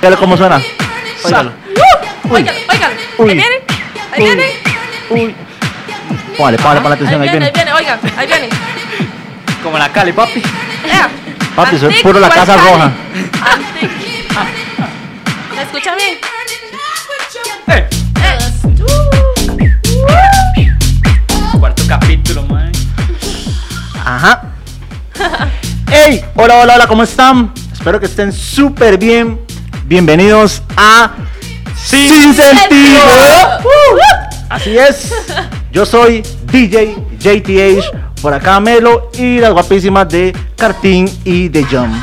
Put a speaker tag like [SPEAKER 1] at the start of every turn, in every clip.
[SPEAKER 1] Míralo cómo suena. Óigalo.
[SPEAKER 2] Oigan, oigan,
[SPEAKER 1] Uy.
[SPEAKER 2] ahí viene, ahí
[SPEAKER 1] Uy.
[SPEAKER 2] viene,
[SPEAKER 1] Uy. Póngale, póngale, póngale
[SPEAKER 2] ahí
[SPEAKER 1] atención,
[SPEAKER 2] viene, ahí viene, oigan, ahí viene.
[SPEAKER 3] Como la Cali, papi.
[SPEAKER 2] Vea.
[SPEAKER 1] Papi, soy
[SPEAKER 2] Antic,
[SPEAKER 1] puro la
[SPEAKER 2] ¿cuál
[SPEAKER 1] Casa
[SPEAKER 2] sale?
[SPEAKER 1] Roja.
[SPEAKER 2] Antic. ¿Me escuchan bien?
[SPEAKER 3] Eh,
[SPEAKER 2] Eh.
[SPEAKER 3] Cuarto capítulo, man.
[SPEAKER 1] Ajá. Hey, hola, hola, hola, ¿cómo están? Espero que estén súper bien. Bienvenidos a Sin, Sentido. Uh, así es. Yo soy DJ JTH, por acá Melo y las guapísimas de Cartín y de Jump.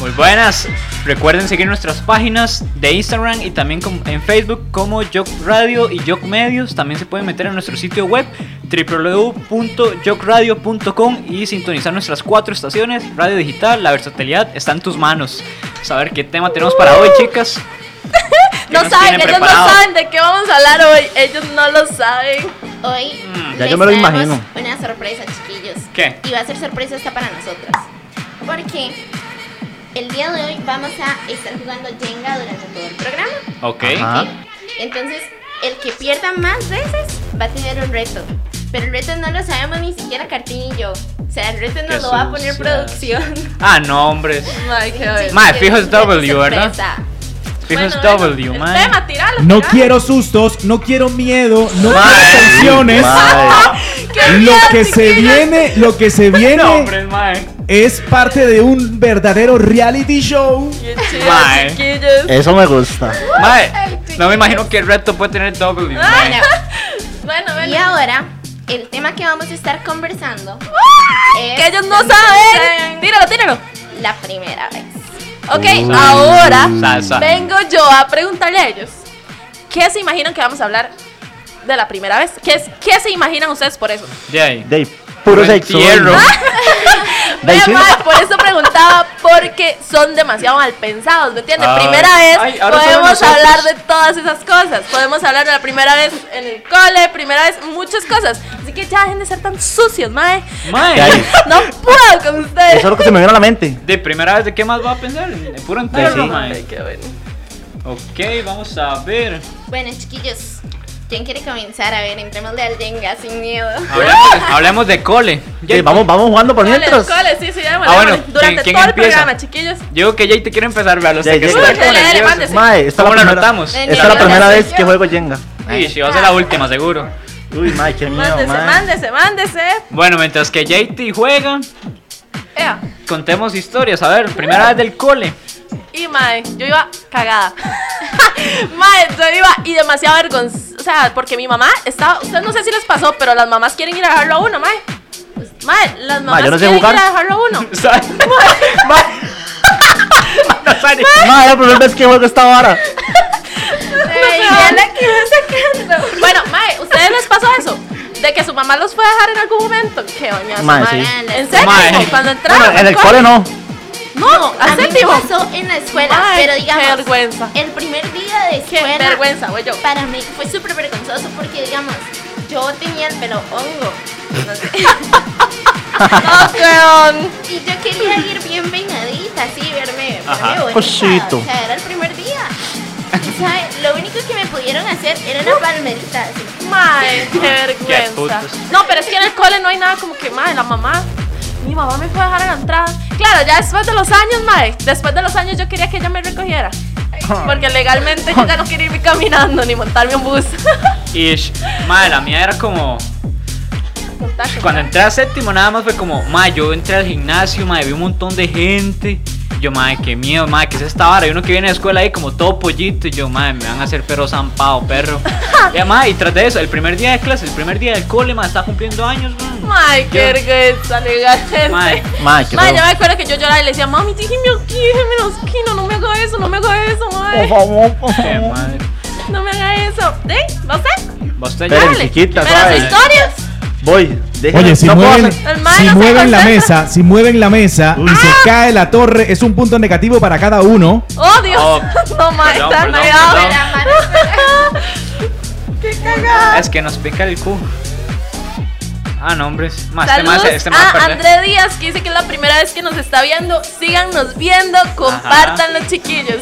[SPEAKER 3] Muy buenas. Recuerden seguir nuestras páginas de Instagram y también com- en Facebook como Jock Radio y Jock Medios. También se pueden meter en nuestro sitio web www.jockradio.com y sintonizar nuestras cuatro estaciones. Radio digital, la versatilidad está en tus manos. Saber qué tema tenemos para hoy, chicas. ¿Qué
[SPEAKER 2] No
[SPEAKER 3] nos
[SPEAKER 2] saben,
[SPEAKER 3] tiene
[SPEAKER 2] ellos no
[SPEAKER 3] preparado?
[SPEAKER 2] saben de qué vamos a hablar hoy. Ellos no lo saben.
[SPEAKER 4] Hoy
[SPEAKER 1] Ya
[SPEAKER 4] les
[SPEAKER 1] yo me lo
[SPEAKER 4] traemos
[SPEAKER 1] imagino.
[SPEAKER 4] Una sorpresa, chiquillos.
[SPEAKER 3] Mm. ¿Qué?
[SPEAKER 4] Y va a ser sorpresa esta para nosotras. Porque el día de hoy vamos a estar jugando Jenga durante todo el programa.
[SPEAKER 3] Ok.
[SPEAKER 1] Ajá.
[SPEAKER 4] ¿ok? Entonces, el que pierda más veces va a tener un reto. Pero el reto no lo sabemos ni siquiera Cartín y yo. O sea, el reto
[SPEAKER 3] Qué
[SPEAKER 4] nos lo va a poner
[SPEAKER 3] sucias.
[SPEAKER 4] producción.
[SPEAKER 3] Ah, no, hombre.
[SPEAKER 2] Ay, qué bueno.
[SPEAKER 3] Ma, fijo es
[SPEAKER 4] Un reto
[SPEAKER 3] W, ¿verdad?
[SPEAKER 4] sorpresa.
[SPEAKER 3] Fijo es
[SPEAKER 2] Bueno, bueno, Eh,
[SPEAKER 3] W,
[SPEAKER 2] el
[SPEAKER 3] man.
[SPEAKER 2] Tema, tiralo,
[SPEAKER 5] No
[SPEAKER 2] tiralo.
[SPEAKER 5] quiero sustos, no quiero miedo, no
[SPEAKER 3] Mae.
[SPEAKER 5] quiero tensiones.
[SPEAKER 2] ¡Qué
[SPEAKER 5] Lo
[SPEAKER 2] miedo,
[SPEAKER 5] que se
[SPEAKER 2] chiquillos!
[SPEAKER 5] viene, lo que se
[SPEAKER 3] No,
[SPEAKER 5] viene
[SPEAKER 3] hombre, mae.
[SPEAKER 5] es parte de un verdadero reality show.
[SPEAKER 2] Qué chido,
[SPEAKER 3] Mae.
[SPEAKER 2] chiquillos.
[SPEAKER 1] Eso me gusta.
[SPEAKER 3] Mae, no me imagino qué reto puede tener W, mae.
[SPEAKER 4] Bueno,
[SPEAKER 2] Bueno,
[SPEAKER 4] Y
[SPEAKER 2] bueno.
[SPEAKER 4] ahora, el tema que vamos a estar conversando es
[SPEAKER 2] Que ellos Este, no saben. Tíralo, tíralo.
[SPEAKER 4] la primera vez.
[SPEAKER 2] Ok,
[SPEAKER 1] Uy.
[SPEAKER 2] ahora
[SPEAKER 3] Mm. Salsa.
[SPEAKER 2] vengo yo a preguntarle a ellos. ¿Qué se imaginan que vamos a hablar de la primera vez? ¿Qué, es- qué se imaginan ustedes por eso?
[SPEAKER 3] De ahí.
[SPEAKER 1] De puro sexo.
[SPEAKER 3] Entierro.
[SPEAKER 1] De ahí
[SPEAKER 2] Vea,
[SPEAKER 1] sí.
[SPEAKER 2] mae, por eso preguntaba, porque son demasiado mal pensados, ¿me entiendes?
[SPEAKER 3] Ay.
[SPEAKER 2] primera vez
[SPEAKER 3] Ay, ahora saben
[SPEAKER 2] podemos
[SPEAKER 3] nosotros.
[SPEAKER 2] hablar de todas esas cosas. Podemos hablar de la primera vez en el cole, primera vez muchas cosas. Así que ya dejen de ser tan sucios, mae.
[SPEAKER 3] Mae.
[SPEAKER 1] De ahí.
[SPEAKER 2] No puedo con
[SPEAKER 1] Eso
[SPEAKER 2] ustedes.
[SPEAKER 1] es lo que se me vino a la mente.
[SPEAKER 3] De primera vez, ¿de qué más va a pensar? De puro entierro,
[SPEAKER 1] Pues sí.
[SPEAKER 3] mae.
[SPEAKER 2] Qué bueno.
[SPEAKER 3] Ok, vamos a ver.
[SPEAKER 4] Bueno, chiquillos, ¿quién quiere comenzar? A ver, entremos de al Jenga sin miedo.
[SPEAKER 3] Hablemos, hablemos de cole.
[SPEAKER 1] Sí, vamos, vamos jugando por
[SPEAKER 2] Cole,
[SPEAKER 1] mientras.
[SPEAKER 2] cole, sí, sí, ya,
[SPEAKER 3] Ah, bueno,
[SPEAKER 2] bueno, durante
[SPEAKER 3] ¿quién- quién
[SPEAKER 2] todo el
[SPEAKER 3] empieza?
[SPEAKER 2] programa, chiquillos.
[SPEAKER 3] Digo que Jay te quiere empezar, vea los
[SPEAKER 1] Jay,
[SPEAKER 3] que
[SPEAKER 1] Jay,
[SPEAKER 3] está
[SPEAKER 1] Jay.
[SPEAKER 3] como
[SPEAKER 2] Dale, dale,
[SPEAKER 3] nervioso.
[SPEAKER 2] mándese.
[SPEAKER 1] Mae, esta es
[SPEAKER 3] ¿Cómo
[SPEAKER 1] la
[SPEAKER 3] la
[SPEAKER 1] primera-
[SPEAKER 3] anotamos?
[SPEAKER 1] Esta es la
[SPEAKER 4] Ni
[SPEAKER 1] primera
[SPEAKER 4] hablar.
[SPEAKER 1] vez que juego Jenga.
[SPEAKER 3] Y si va a ser la última, seguro.
[SPEAKER 1] Uy, mae, qué miedo,
[SPEAKER 2] Mándese,
[SPEAKER 1] mae.
[SPEAKER 2] mándese, mándese.
[SPEAKER 3] Bueno, mientras que JT juega,
[SPEAKER 2] Ea.
[SPEAKER 3] contemos historias. A ver, primera vez del cole.
[SPEAKER 2] Y mae, yo iba cagada. mae, yo iba y demasiado vergonzosa. O sea, porque mi mamá estaba. Ustedes no sé si les pasó, pero las mamás quieren ir a dejarlo a uno, mae. Mae, las mamás
[SPEAKER 1] yo no sé
[SPEAKER 2] quieren
[SPEAKER 1] jugar.
[SPEAKER 2] ir a dejarlo a uno.
[SPEAKER 3] Mae. No, sorry.
[SPEAKER 1] Mae, la primera vez que juego esta vara.
[SPEAKER 4] Ay, ya la que va sacando.
[SPEAKER 2] Bueno, mae, ¿ustedes les pasó eso? De que su mamá los fue a dejar en algún momento. Qué bañazo,
[SPEAKER 1] Ah, Mae,
[SPEAKER 2] mae.
[SPEAKER 1] sí.
[SPEAKER 2] ¿En serio?
[SPEAKER 3] Mae.
[SPEAKER 2] Cuando entraron.
[SPEAKER 1] Bueno, en el
[SPEAKER 2] al cole-
[SPEAKER 1] cole no.
[SPEAKER 2] No,
[SPEAKER 4] A
[SPEAKER 2] al
[SPEAKER 4] mí
[SPEAKER 2] séptimo.
[SPEAKER 4] me pasó en la escuela,
[SPEAKER 2] Ay,
[SPEAKER 4] pero digamos,
[SPEAKER 2] qué vergüenza.
[SPEAKER 4] el primer día de
[SPEAKER 2] Qué
[SPEAKER 4] escuela,
[SPEAKER 2] vergüenza, güey, yo.
[SPEAKER 4] para mí fue súper vergonzoso porque, digamos, yo tenía el pelo hongo. No sé.
[SPEAKER 2] No, Ah, weón.
[SPEAKER 4] Y yo quería ir bien peinadita, así, verme, verme
[SPEAKER 3] Ajá.
[SPEAKER 4] bonita.
[SPEAKER 1] Cosito.
[SPEAKER 4] O sea, era el primer día. Y, ¿sabe? Lo único que me pudieron hacer era una palmerita, así.
[SPEAKER 2] Mae, qué vergüenza.
[SPEAKER 3] putos.
[SPEAKER 2] No, pero es que en el cole no hay nada como que, mae, la mamá. Mi mamá me fue a dejar a la entrada. Claro, ya después de los años, mae. Después de los años yo quería que ella me recogiera.
[SPEAKER 3] Ah.
[SPEAKER 2] Porque legalmente yo ya no quería irme caminando ni montarme un bus.
[SPEAKER 3] Ish. Mae, la mía era como.
[SPEAKER 2] Contá, contá.
[SPEAKER 3] Cuando entré a séptimo nada más fue como, mae, yo entré al gimnasio, mae, vi un montón de gente. Yo, mae, qué miedo, mae, que es esta vara. Y uno que viene de escuela ahí como todo pollito. Y yo, mae, me van a hacer perro zampado, perro. y, mae, y tras de eso, el primer día de clase, el primer día del cole, mae, está cumpliendo años, weón.
[SPEAKER 2] Mae, qué vergüenza, legalmente.
[SPEAKER 3] Mae.
[SPEAKER 2] Mae.
[SPEAKER 1] Mae, qué
[SPEAKER 2] yo
[SPEAKER 1] feo.
[SPEAKER 2] me acuerdo que yo lloraba y le decía, mami, déjeme aquí, déjeme en la esquina, no me haga eso, no me haga eso,
[SPEAKER 1] Por
[SPEAKER 2] mae.
[SPEAKER 1] favor, por
[SPEAKER 3] Qué
[SPEAKER 1] favor.
[SPEAKER 3] madre.
[SPEAKER 2] No me haga eso. ¿Eh? ¿Va usted?
[SPEAKER 3] ¿Vos te
[SPEAKER 1] Pero-
[SPEAKER 3] ya?
[SPEAKER 2] Dale.
[SPEAKER 1] chiquita,
[SPEAKER 2] Primeras
[SPEAKER 1] suave.
[SPEAKER 2] historias.
[SPEAKER 1] Voy. déjenme-
[SPEAKER 5] Oye, si
[SPEAKER 1] no puedo
[SPEAKER 5] mueven,
[SPEAKER 1] hacer-
[SPEAKER 2] El mae
[SPEAKER 5] si
[SPEAKER 2] no se
[SPEAKER 5] mueven la
[SPEAKER 2] concentra.
[SPEAKER 5] mesa, si mueven la mesa y se cae la torre, es un punto negativo para cada uno.
[SPEAKER 2] ¡Oh, Dios!
[SPEAKER 3] Oh,
[SPEAKER 2] no, mae,
[SPEAKER 3] perdón,
[SPEAKER 2] está
[SPEAKER 3] perdón,
[SPEAKER 2] negado.
[SPEAKER 3] perdón.
[SPEAKER 4] La mano
[SPEAKER 3] Es que nos pica el cu. Ah, no, hombres. Mae, este mae
[SPEAKER 2] Saludos
[SPEAKER 3] se- este mae
[SPEAKER 2] a
[SPEAKER 3] perder.
[SPEAKER 2] André Díaz, que dice que es la primera vez que nos está viendo. Síganos viendo, compártanlo, chiquillos.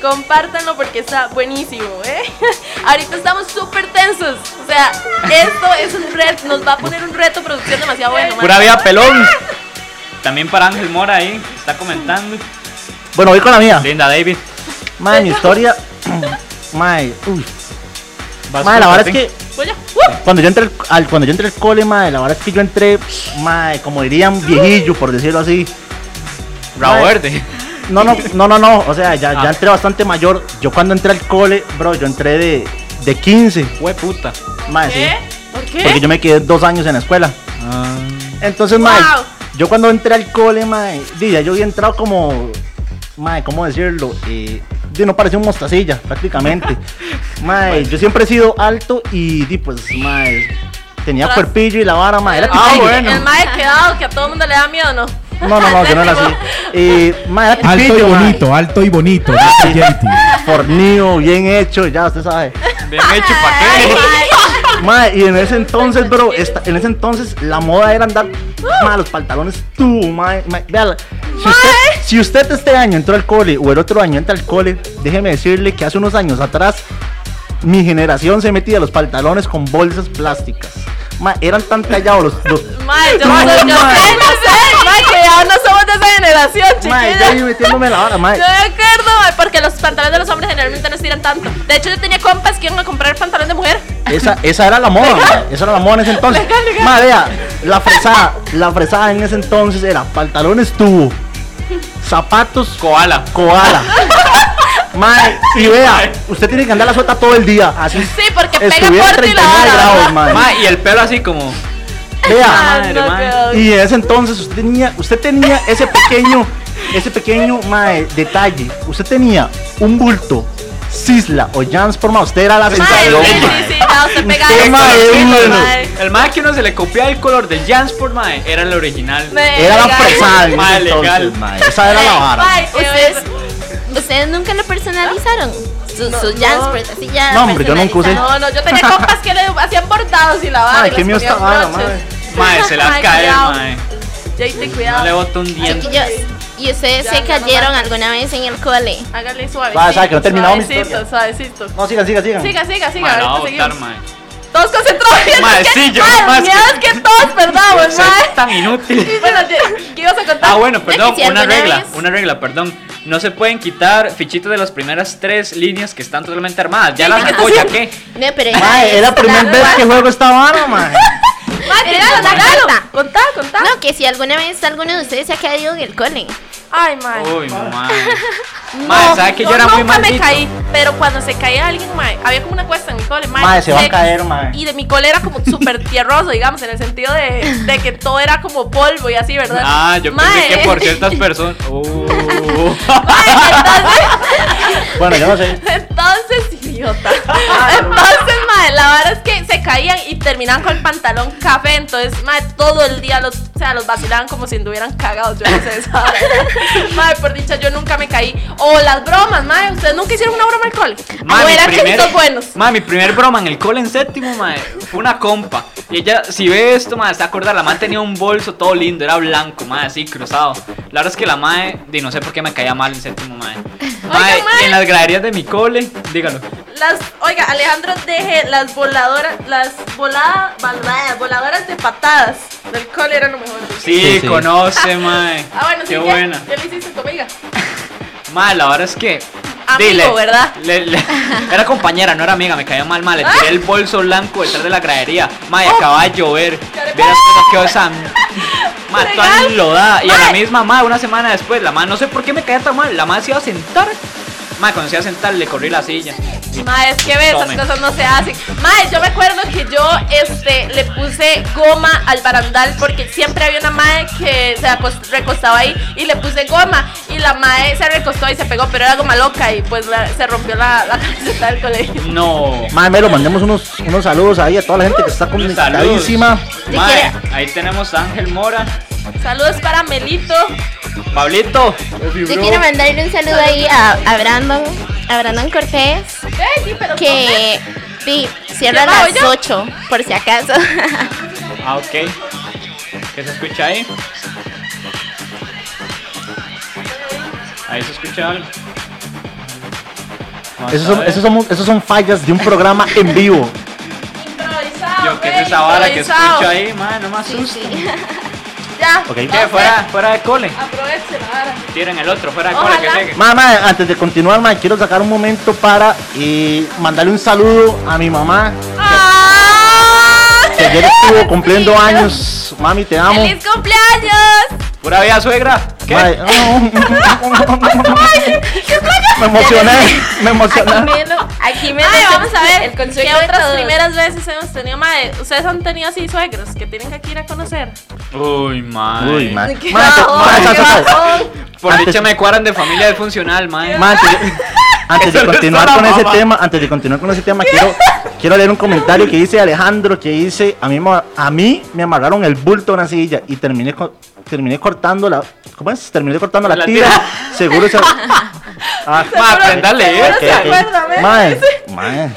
[SPEAKER 2] compártanlo porque está buenísimo, ¿eh? Ahorita estamos súper tensos. O sea, esto es un reto, nos va a poner un reto producción demasiado bueno.
[SPEAKER 3] Pura
[SPEAKER 2] madre.
[SPEAKER 3] vida pelón. También para Ángel Mora ahí, que está comentando.
[SPEAKER 1] Bueno, voy con la mía.
[SPEAKER 3] Linda David.
[SPEAKER 1] Mae, mi historia. Mae, uy.
[SPEAKER 3] Vas
[SPEAKER 1] Mae, la
[SPEAKER 3] tú,
[SPEAKER 1] verdad es
[SPEAKER 3] Tati.
[SPEAKER 1] que
[SPEAKER 2] Voy yo. ¡Wup!
[SPEAKER 1] cuando yo entré al- al, cuando yo entré al cole, mae, la verdad es que yo entré, mae, como dirían, viejillo, por decirlo así.
[SPEAKER 3] Rabo
[SPEAKER 1] Mae.
[SPEAKER 3] verde.
[SPEAKER 1] No, no, no, no, no. O sea, ya,
[SPEAKER 3] Ah.
[SPEAKER 1] ya entré bastante mayor. Yo cuando entré al cole, bro, yo entré de, de 15.
[SPEAKER 3] Hue puta.
[SPEAKER 1] Mae, Ah, sí.
[SPEAKER 2] ¿Qué? ¿Por
[SPEAKER 1] Porque
[SPEAKER 2] qué?
[SPEAKER 1] yo me quedé dos años en la escuela.
[SPEAKER 2] Ah.
[SPEAKER 1] Entonces,
[SPEAKER 2] Wow.
[SPEAKER 1] mae, yo cuando entré al cole, mae, di, ya yo había entrado como, mae, ¿cómo decirlo? Eh, di, no parecía un mostacilla, prácticamente. mae, yo siempre he sido alto y, di, pues, mae, tenía
[SPEAKER 2] Tras-
[SPEAKER 1] cuerpillo y la vara, mae, era
[SPEAKER 2] El
[SPEAKER 1] pitillo.
[SPEAKER 2] mae- Ah, El mae quedado que a todo el mundo le da miedo, ¿no?
[SPEAKER 1] No, no, no, yo no era así. Eh, mae, era
[SPEAKER 5] Alto y
[SPEAKER 1] pitillo, mae.
[SPEAKER 5] bonito, alto y bonito. dice Yeti.
[SPEAKER 1] Fornido, bien hecho, ya usted sabe.
[SPEAKER 3] Bien hecho, ¿pa' qué?
[SPEAKER 1] Mae, y en ese entonces, bro, esta- en ese entonces la moda era andar mae, los pantalones tú, mae, mae, vea, la- si, usted, si usted este año entró al cole o el otro año entra al cole, déjeme decirle que hace unos años atrás mi generación se metía los pantalones con bolsas plásticas. Mae, eran tan tallados los, los-
[SPEAKER 2] Mae, yo no
[SPEAKER 1] Mae,
[SPEAKER 2] sé, yo
[SPEAKER 1] mae.
[SPEAKER 2] sé, no sé, mae, que ya no somos de esa generación,
[SPEAKER 1] mae, ya yo
[SPEAKER 2] chiquilla.
[SPEAKER 1] metiéndome la vara, mae.
[SPEAKER 2] Yo me acuerdo, mae, porque los pantalones de los hombres generalmente no estiran tanto. De hecho, yo tenía compas que iban a comprar pantalón de mujer.
[SPEAKER 1] Esa, esa era la moda, ma, esa era la moda en ese entonces.
[SPEAKER 2] Legal, legal.
[SPEAKER 1] Ma, vea, la fresada, la fresada en ese entonces era pantalones tubo, zapatos
[SPEAKER 3] Koala.
[SPEAKER 1] koala. Mae, y vea, usted tiene que andar la suelta todo el día, así.
[SPEAKER 2] Sí, porque pega
[SPEAKER 1] estuviera
[SPEAKER 2] fuerte y la
[SPEAKER 1] 39
[SPEAKER 2] vara,
[SPEAKER 1] grados,
[SPEAKER 2] ¿verdad?
[SPEAKER 1] mae.
[SPEAKER 3] Ma, y el pelo así como.
[SPEAKER 2] Ah,
[SPEAKER 1] Vea,
[SPEAKER 3] Madre,
[SPEAKER 2] no,
[SPEAKER 3] mae.
[SPEAKER 2] quedó bien.
[SPEAKER 1] y en ese entonces usted tenía, usted tenía ese pequeño, ese pequeño mae, detalle. Usted tenía un bulto, sisla o jans por más. Usted era la
[SPEAKER 2] Mae,
[SPEAKER 1] sensación.
[SPEAKER 2] sí,
[SPEAKER 1] mae.
[SPEAKER 2] sí, sí, ya usted pegaba
[SPEAKER 1] Usted,
[SPEAKER 2] el
[SPEAKER 1] mae,
[SPEAKER 2] colorcito,
[SPEAKER 1] bueno.
[SPEAKER 2] mae.
[SPEAKER 3] El mae que uno se le copiaba el color del Jansport, mae, era el original.
[SPEAKER 2] Me-
[SPEAKER 1] Era la
[SPEAKER 2] legal.
[SPEAKER 1] fresada en
[SPEAKER 3] Mae,
[SPEAKER 1] ese entonces,
[SPEAKER 3] legal.
[SPEAKER 1] mae. Esa era la vara.
[SPEAKER 2] Mae, qué
[SPEAKER 4] Ustedes,
[SPEAKER 2] bueno.
[SPEAKER 4] ustedes nunca lo personalizaron. Sus
[SPEAKER 2] No,
[SPEAKER 4] sus
[SPEAKER 2] no.
[SPEAKER 4] Jansport, así ya.
[SPEAKER 1] No, hombre, yo nunca usé.
[SPEAKER 2] No,
[SPEAKER 4] personalizado.
[SPEAKER 2] no, yo tenía compas que le hacían bordados y la vara.
[SPEAKER 1] Ay,
[SPEAKER 2] y
[SPEAKER 1] qué
[SPEAKER 2] les
[SPEAKER 1] mío
[SPEAKER 2] ponían
[SPEAKER 1] esta vara,
[SPEAKER 2] broches.
[SPEAKER 1] madre.
[SPEAKER 3] Mae, se la va a
[SPEAKER 2] Mae,
[SPEAKER 3] caer,
[SPEAKER 2] cuidado.
[SPEAKER 3] mae.
[SPEAKER 2] Jayte,
[SPEAKER 3] No le
[SPEAKER 2] cuidado.
[SPEAKER 3] botó un diente.
[SPEAKER 4] Chiquillos, ¿y ustedes
[SPEAKER 2] Ya,
[SPEAKER 4] se
[SPEAKER 2] no,
[SPEAKER 4] cayeron
[SPEAKER 2] no, no.
[SPEAKER 4] alguna vez en el cole?
[SPEAKER 2] Hágale suave.
[SPEAKER 1] Va, sabe que no he terminado mi
[SPEAKER 2] Suavecito,
[SPEAKER 1] historia.
[SPEAKER 2] suavecito.
[SPEAKER 1] No, sigan, sigan, sigan.
[SPEAKER 2] Siga, siga, siga.
[SPEAKER 3] Mae, la va a
[SPEAKER 2] ahorita
[SPEAKER 3] botar,
[SPEAKER 2] seguimos.
[SPEAKER 3] mae.
[SPEAKER 2] Todos concentrados. bien,
[SPEAKER 3] Mae,
[SPEAKER 2] es que-
[SPEAKER 3] sí, yo
[SPEAKER 2] Mae,
[SPEAKER 3] más
[SPEAKER 2] miedo
[SPEAKER 3] que-
[SPEAKER 2] es que todos perdamos,
[SPEAKER 3] Es
[SPEAKER 2] mae.
[SPEAKER 3] tan inútil.
[SPEAKER 2] Bueno, ¿qué- ¿qué ibas a contar?
[SPEAKER 3] Ah, bueno, perdón,
[SPEAKER 4] si
[SPEAKER 3] una
[SPEAKER 4] alguna
[SPEAKER 3] regla,
[SPEAKER 4] vez-
[SPEAKER 3] una regla, perdón. No se pueden quitar fichitas de las primeras tres líneas que están totalmente armadas. Ya las sacó, ya qué.
[SPEAKER 4] No, pero
[SPEAKER 1] Mae, era la primera vez que juego esta vara, mae.
[SPEAKER 2] Mae, tiralo,
[SPEAKER 4] Pero no,
[SPEAKER 2] tiralo.
[SPEAKER 4] basta.
[SPEAKER 2] Ah, Contá, contá.
[SPEAKER 4] No, que si alguna vez alguno de ustedes se ha caído en el cole.
[SPEAKER 2] Ay, mae.
[SPEAKER 3] Uy, mamá. Mae, ¿sabe que yo era muy
[SPEAKER 2] nunca
[SPEAKER 3] maldito?
[SPEAKER 2] me caí, pero cuando se caía alguien, mae, había como una cuesta en mi cole, mae.
[SPEAKER 1] Mae, se va a
[SPEAKER 2] de-
[SPEAKER 1] caer, mae.
[SPEAKER 2] Y de mi cole era como súper tierroso, digamos, en el sentido de, de que todo era como polvo y así, ¿verdad?
[SPEAKER 3] Ah, yo
[SPEAKER 2] Mae.
[SPEAKER 3] pensé que por ciertas personas. Oh.
[SPEAKER 1] Bueno, yo no sé.
[SPEAKER 2] Entonces, idiota. Entonces, mae, la verdad es que se caían y terminaban con el pantalón café. Entonces, mae, todo el día los, o sea, los vacilaban como si anduvieran cagados. Yo no sé esa hora. Mae, por dicha, yo nunca me caí. O las bromas, mae. Ustedes nunca hicieron una broma al cole.
[SPEAKER 3] Ma,
[SPEAKER 2] o
[SPEAKER 3] mi
[SPEAKER 2] eran
[SPEAKER 3] primer-
[SPEAKER 2] chicos buenos.
[SPEAKER 3] Ma, mi primer broma en el cole en séptimo, ma, fue una compa. Y ella, si ve esto, ma, se acuerda, la ma tenía un bolso todo lindo, era blanco, ma, así cruzado. La verdad es que la ma, y no sé por qué me caía mal en séptimo, ma. Ma,
[SPEAKER 2] Oiga, ma.
[SPEAKER 3] en las graderías de mi cole, dígalo.
[SPEAKER 2] Las, oiga, Alejandro deje las voladoras, las voladas, voladoras de patadas del cole eran lo mejor.
[SPEAKER 3] Sí,
[SPEAKER 1] Sí, sí.
[SPEAKER 3] conoce, ma.
[SPEAKER 2] Ah, bueno,
[SPEAKER 3] qué
[SPEAKER 2] sí, ya-
[SPEAKER 3] buena.
[SPEAKER 2] ya, lo hiciste conmigo.
[SPEAKER 3] Ma, la verdad es que.
[SPEAKER 2] Amigo,
[SPEAKER 3] dile,
[SPEAKER 2] ¿verdad?
[SPEAKER 3] le- le- era compañera, no era amiga, me caía mal, ma. Le tiré el bolso blanco detrás de la gradería. Ma, y
[SPEAKER 2] Oh.
[SPEAKER 3] acababa de llover.
[SPEAKER 2] Caray.
[SPEAKER 3] Vieras cómo quedó esa. Ma,
[SPEAKER 2] Legal.
[SPEAKER 3] toda enlodada. Y a la
[SPEAKER 2] Ma.
[SPEAKER 3] misma, ma, una semana después, la ma, no sé por qué me caía tan mal. La ma se iba a sentar. Ma, cuando se iba a sentar, le corrí la silla.
[SPEAKER 2] Mae, es que ve, esas
[SPEAKER 3] Tome.
[SPEAKER 2] cosas no se hacen. Mae, yo me acuerdo que yo este, le puse goma al barandal porque siempre había una mae que se acost- recostaba ahí y le puse goma. Y la mae se recostó y se pegó, pero era goma loca y pues la- se rompió la, la camiseta del colegio.
[SPEAKER 3] No.
[SPEAKER 1] Mae, me lo mandemos unos, unos saludos ahí a toda la gente que está
[SPEAKER 3] Saludos.
[SPEAKER 1] conectadísima.
[SPEAKER 3] Ma,
[SPEAKER 4] quiere-
[SPEAKER 3] ahí tenemos a Ángel Mora.
[SPEAKER 2] Saludos para Melito.
[SPEAKER 3] Pablito.
[SPEAKER 4] Yo quiero mandarle un saludo ahí a, a Brandon, a Brandon Cortés,
[SPEAKER 2] Eh, sí, pero
[SPEAKER 4] que sí,
[SPEAKER 2] ¿Ya
[SPEAKER 4] cierra a
[SPEAKER 2] me voy
[SPEAKER 4] las
[SPEAKER 2] yo?
[SPEAKER 4] 8, por si acaso.
[SPEAKER 3] Ah, ok. ¿Qué se escucha ahí? Ahí se escucha algo.
[SPEAKER 1] Esos son, esos son- esos son fallas de un programa en vivo.
[SPEAKER 2] Improvisado.
[SPEAKER 3] Yo, ¿qué
[SPEAKER 2] ve,
[SPEAKER 3] es esa vara que
[SPEAKER 2] improvisado.
[SPEAKER 3] escucho ahí, ma? No me
[SPEAKER 4] Sí,
[SPEAKER 3] asusta.
[SPEAKER 4] sí.
[SPEAKER 2] Ya.
[SPEAKER 1] Ok.
[SPEAKER 3] ¿Qué? Fuera, fuera de cole.
[SPEAKER 2] Aprovechen la vara.
[SPEAKER 3] Tiren el otro, fuera de cole que
[SPEAKER 2] Ojalá.
[SPEAKER 3] llegue.
[SPEAKER 1] Ma, ma, antes de continuar, ma, quiero sacar un momento para eh, mandarle un saludo a mi mamá, que ayer estuvo cumpliendo
[SPEAKER 2] ¡Ah! Sí.
[SPEAKER 1] años. Mami, te amo.
[SPEAKER 2] ¡Feliz cumpleaños!
[SPEAKER 3] Pura vida, suegra. ¿Qué?
[SPEAKER 1] Ma, me emocioné, me
[SPEAKER 4] Aquí
[SPEAKER 1] emocioné.
[SPEAKER 4] me lo- Aquí me
[SPEAKER 2] Ay,
[SPEAKER 4] lo-
[SPEAKER 2] vamos a ver
[SPEAKER 4] el consuelo
[SPEAKER 2] qué
[SPEAKER 4] de
[SPEAKER 2] otras
[SPEAKER 4] todos.
[SPEAKER 2] primeras veces hemos tenido. Madre, ustedes han tenido así suegros que tienen que ir a conocer.
[SPEAKER 3] Uy, ma.
[SPEAKER 1] Uy, ma. Ma,
[SPEAKER 4] Qué
[SPEAKER 1] te- ma,
[SPEAKER 4] bajón,
[SPEAKER 1] sa-
[SPEAKER 4] qué
[SPEAKER 1] sa- sa-
[SPEAKER 4] bajón.
[SPEAKER 3] Por
[SPEAKER 1] Antes-
[SPEAKER 3] dicha me cuadran de familia disfuncional, ma.
[SPEAKER 1] Ma, antes, de- antes de
[SPEAKER 3] Eso no es
[SPEAKER 1] continuar
[SPEAKER 3] una
[SPEAKER 1] con ese
[SPEAKER 3] mamá.
[SPEAKER 1] tema, antes de continuar con ese tema, quiero, quiero leer un comentario que dice Alejandro, que dice, a mí, ma- a mí me amarraron el bulto a una silla y terminé, co- terminé cortando la, ¿cómo es? Terminé cortando la,
[SPEAKER 3] La
[SPEAKER 1] tira.
[SPEAKER 3] tira.
[SPEAKER 1] Seguro se... Ah,
[SPEAKER 3] Ma, aprenda a leer.
[SPEAKER 2] Seguro
[SPEAKER 1] ok,
[SPEAKER 2] se
[SPEAKER 1] ok.
[SPEAKER 2] acuerda, ¿ves?
[SPEAKER 1] Mae, mae.
[SPEAKER 2] Ay,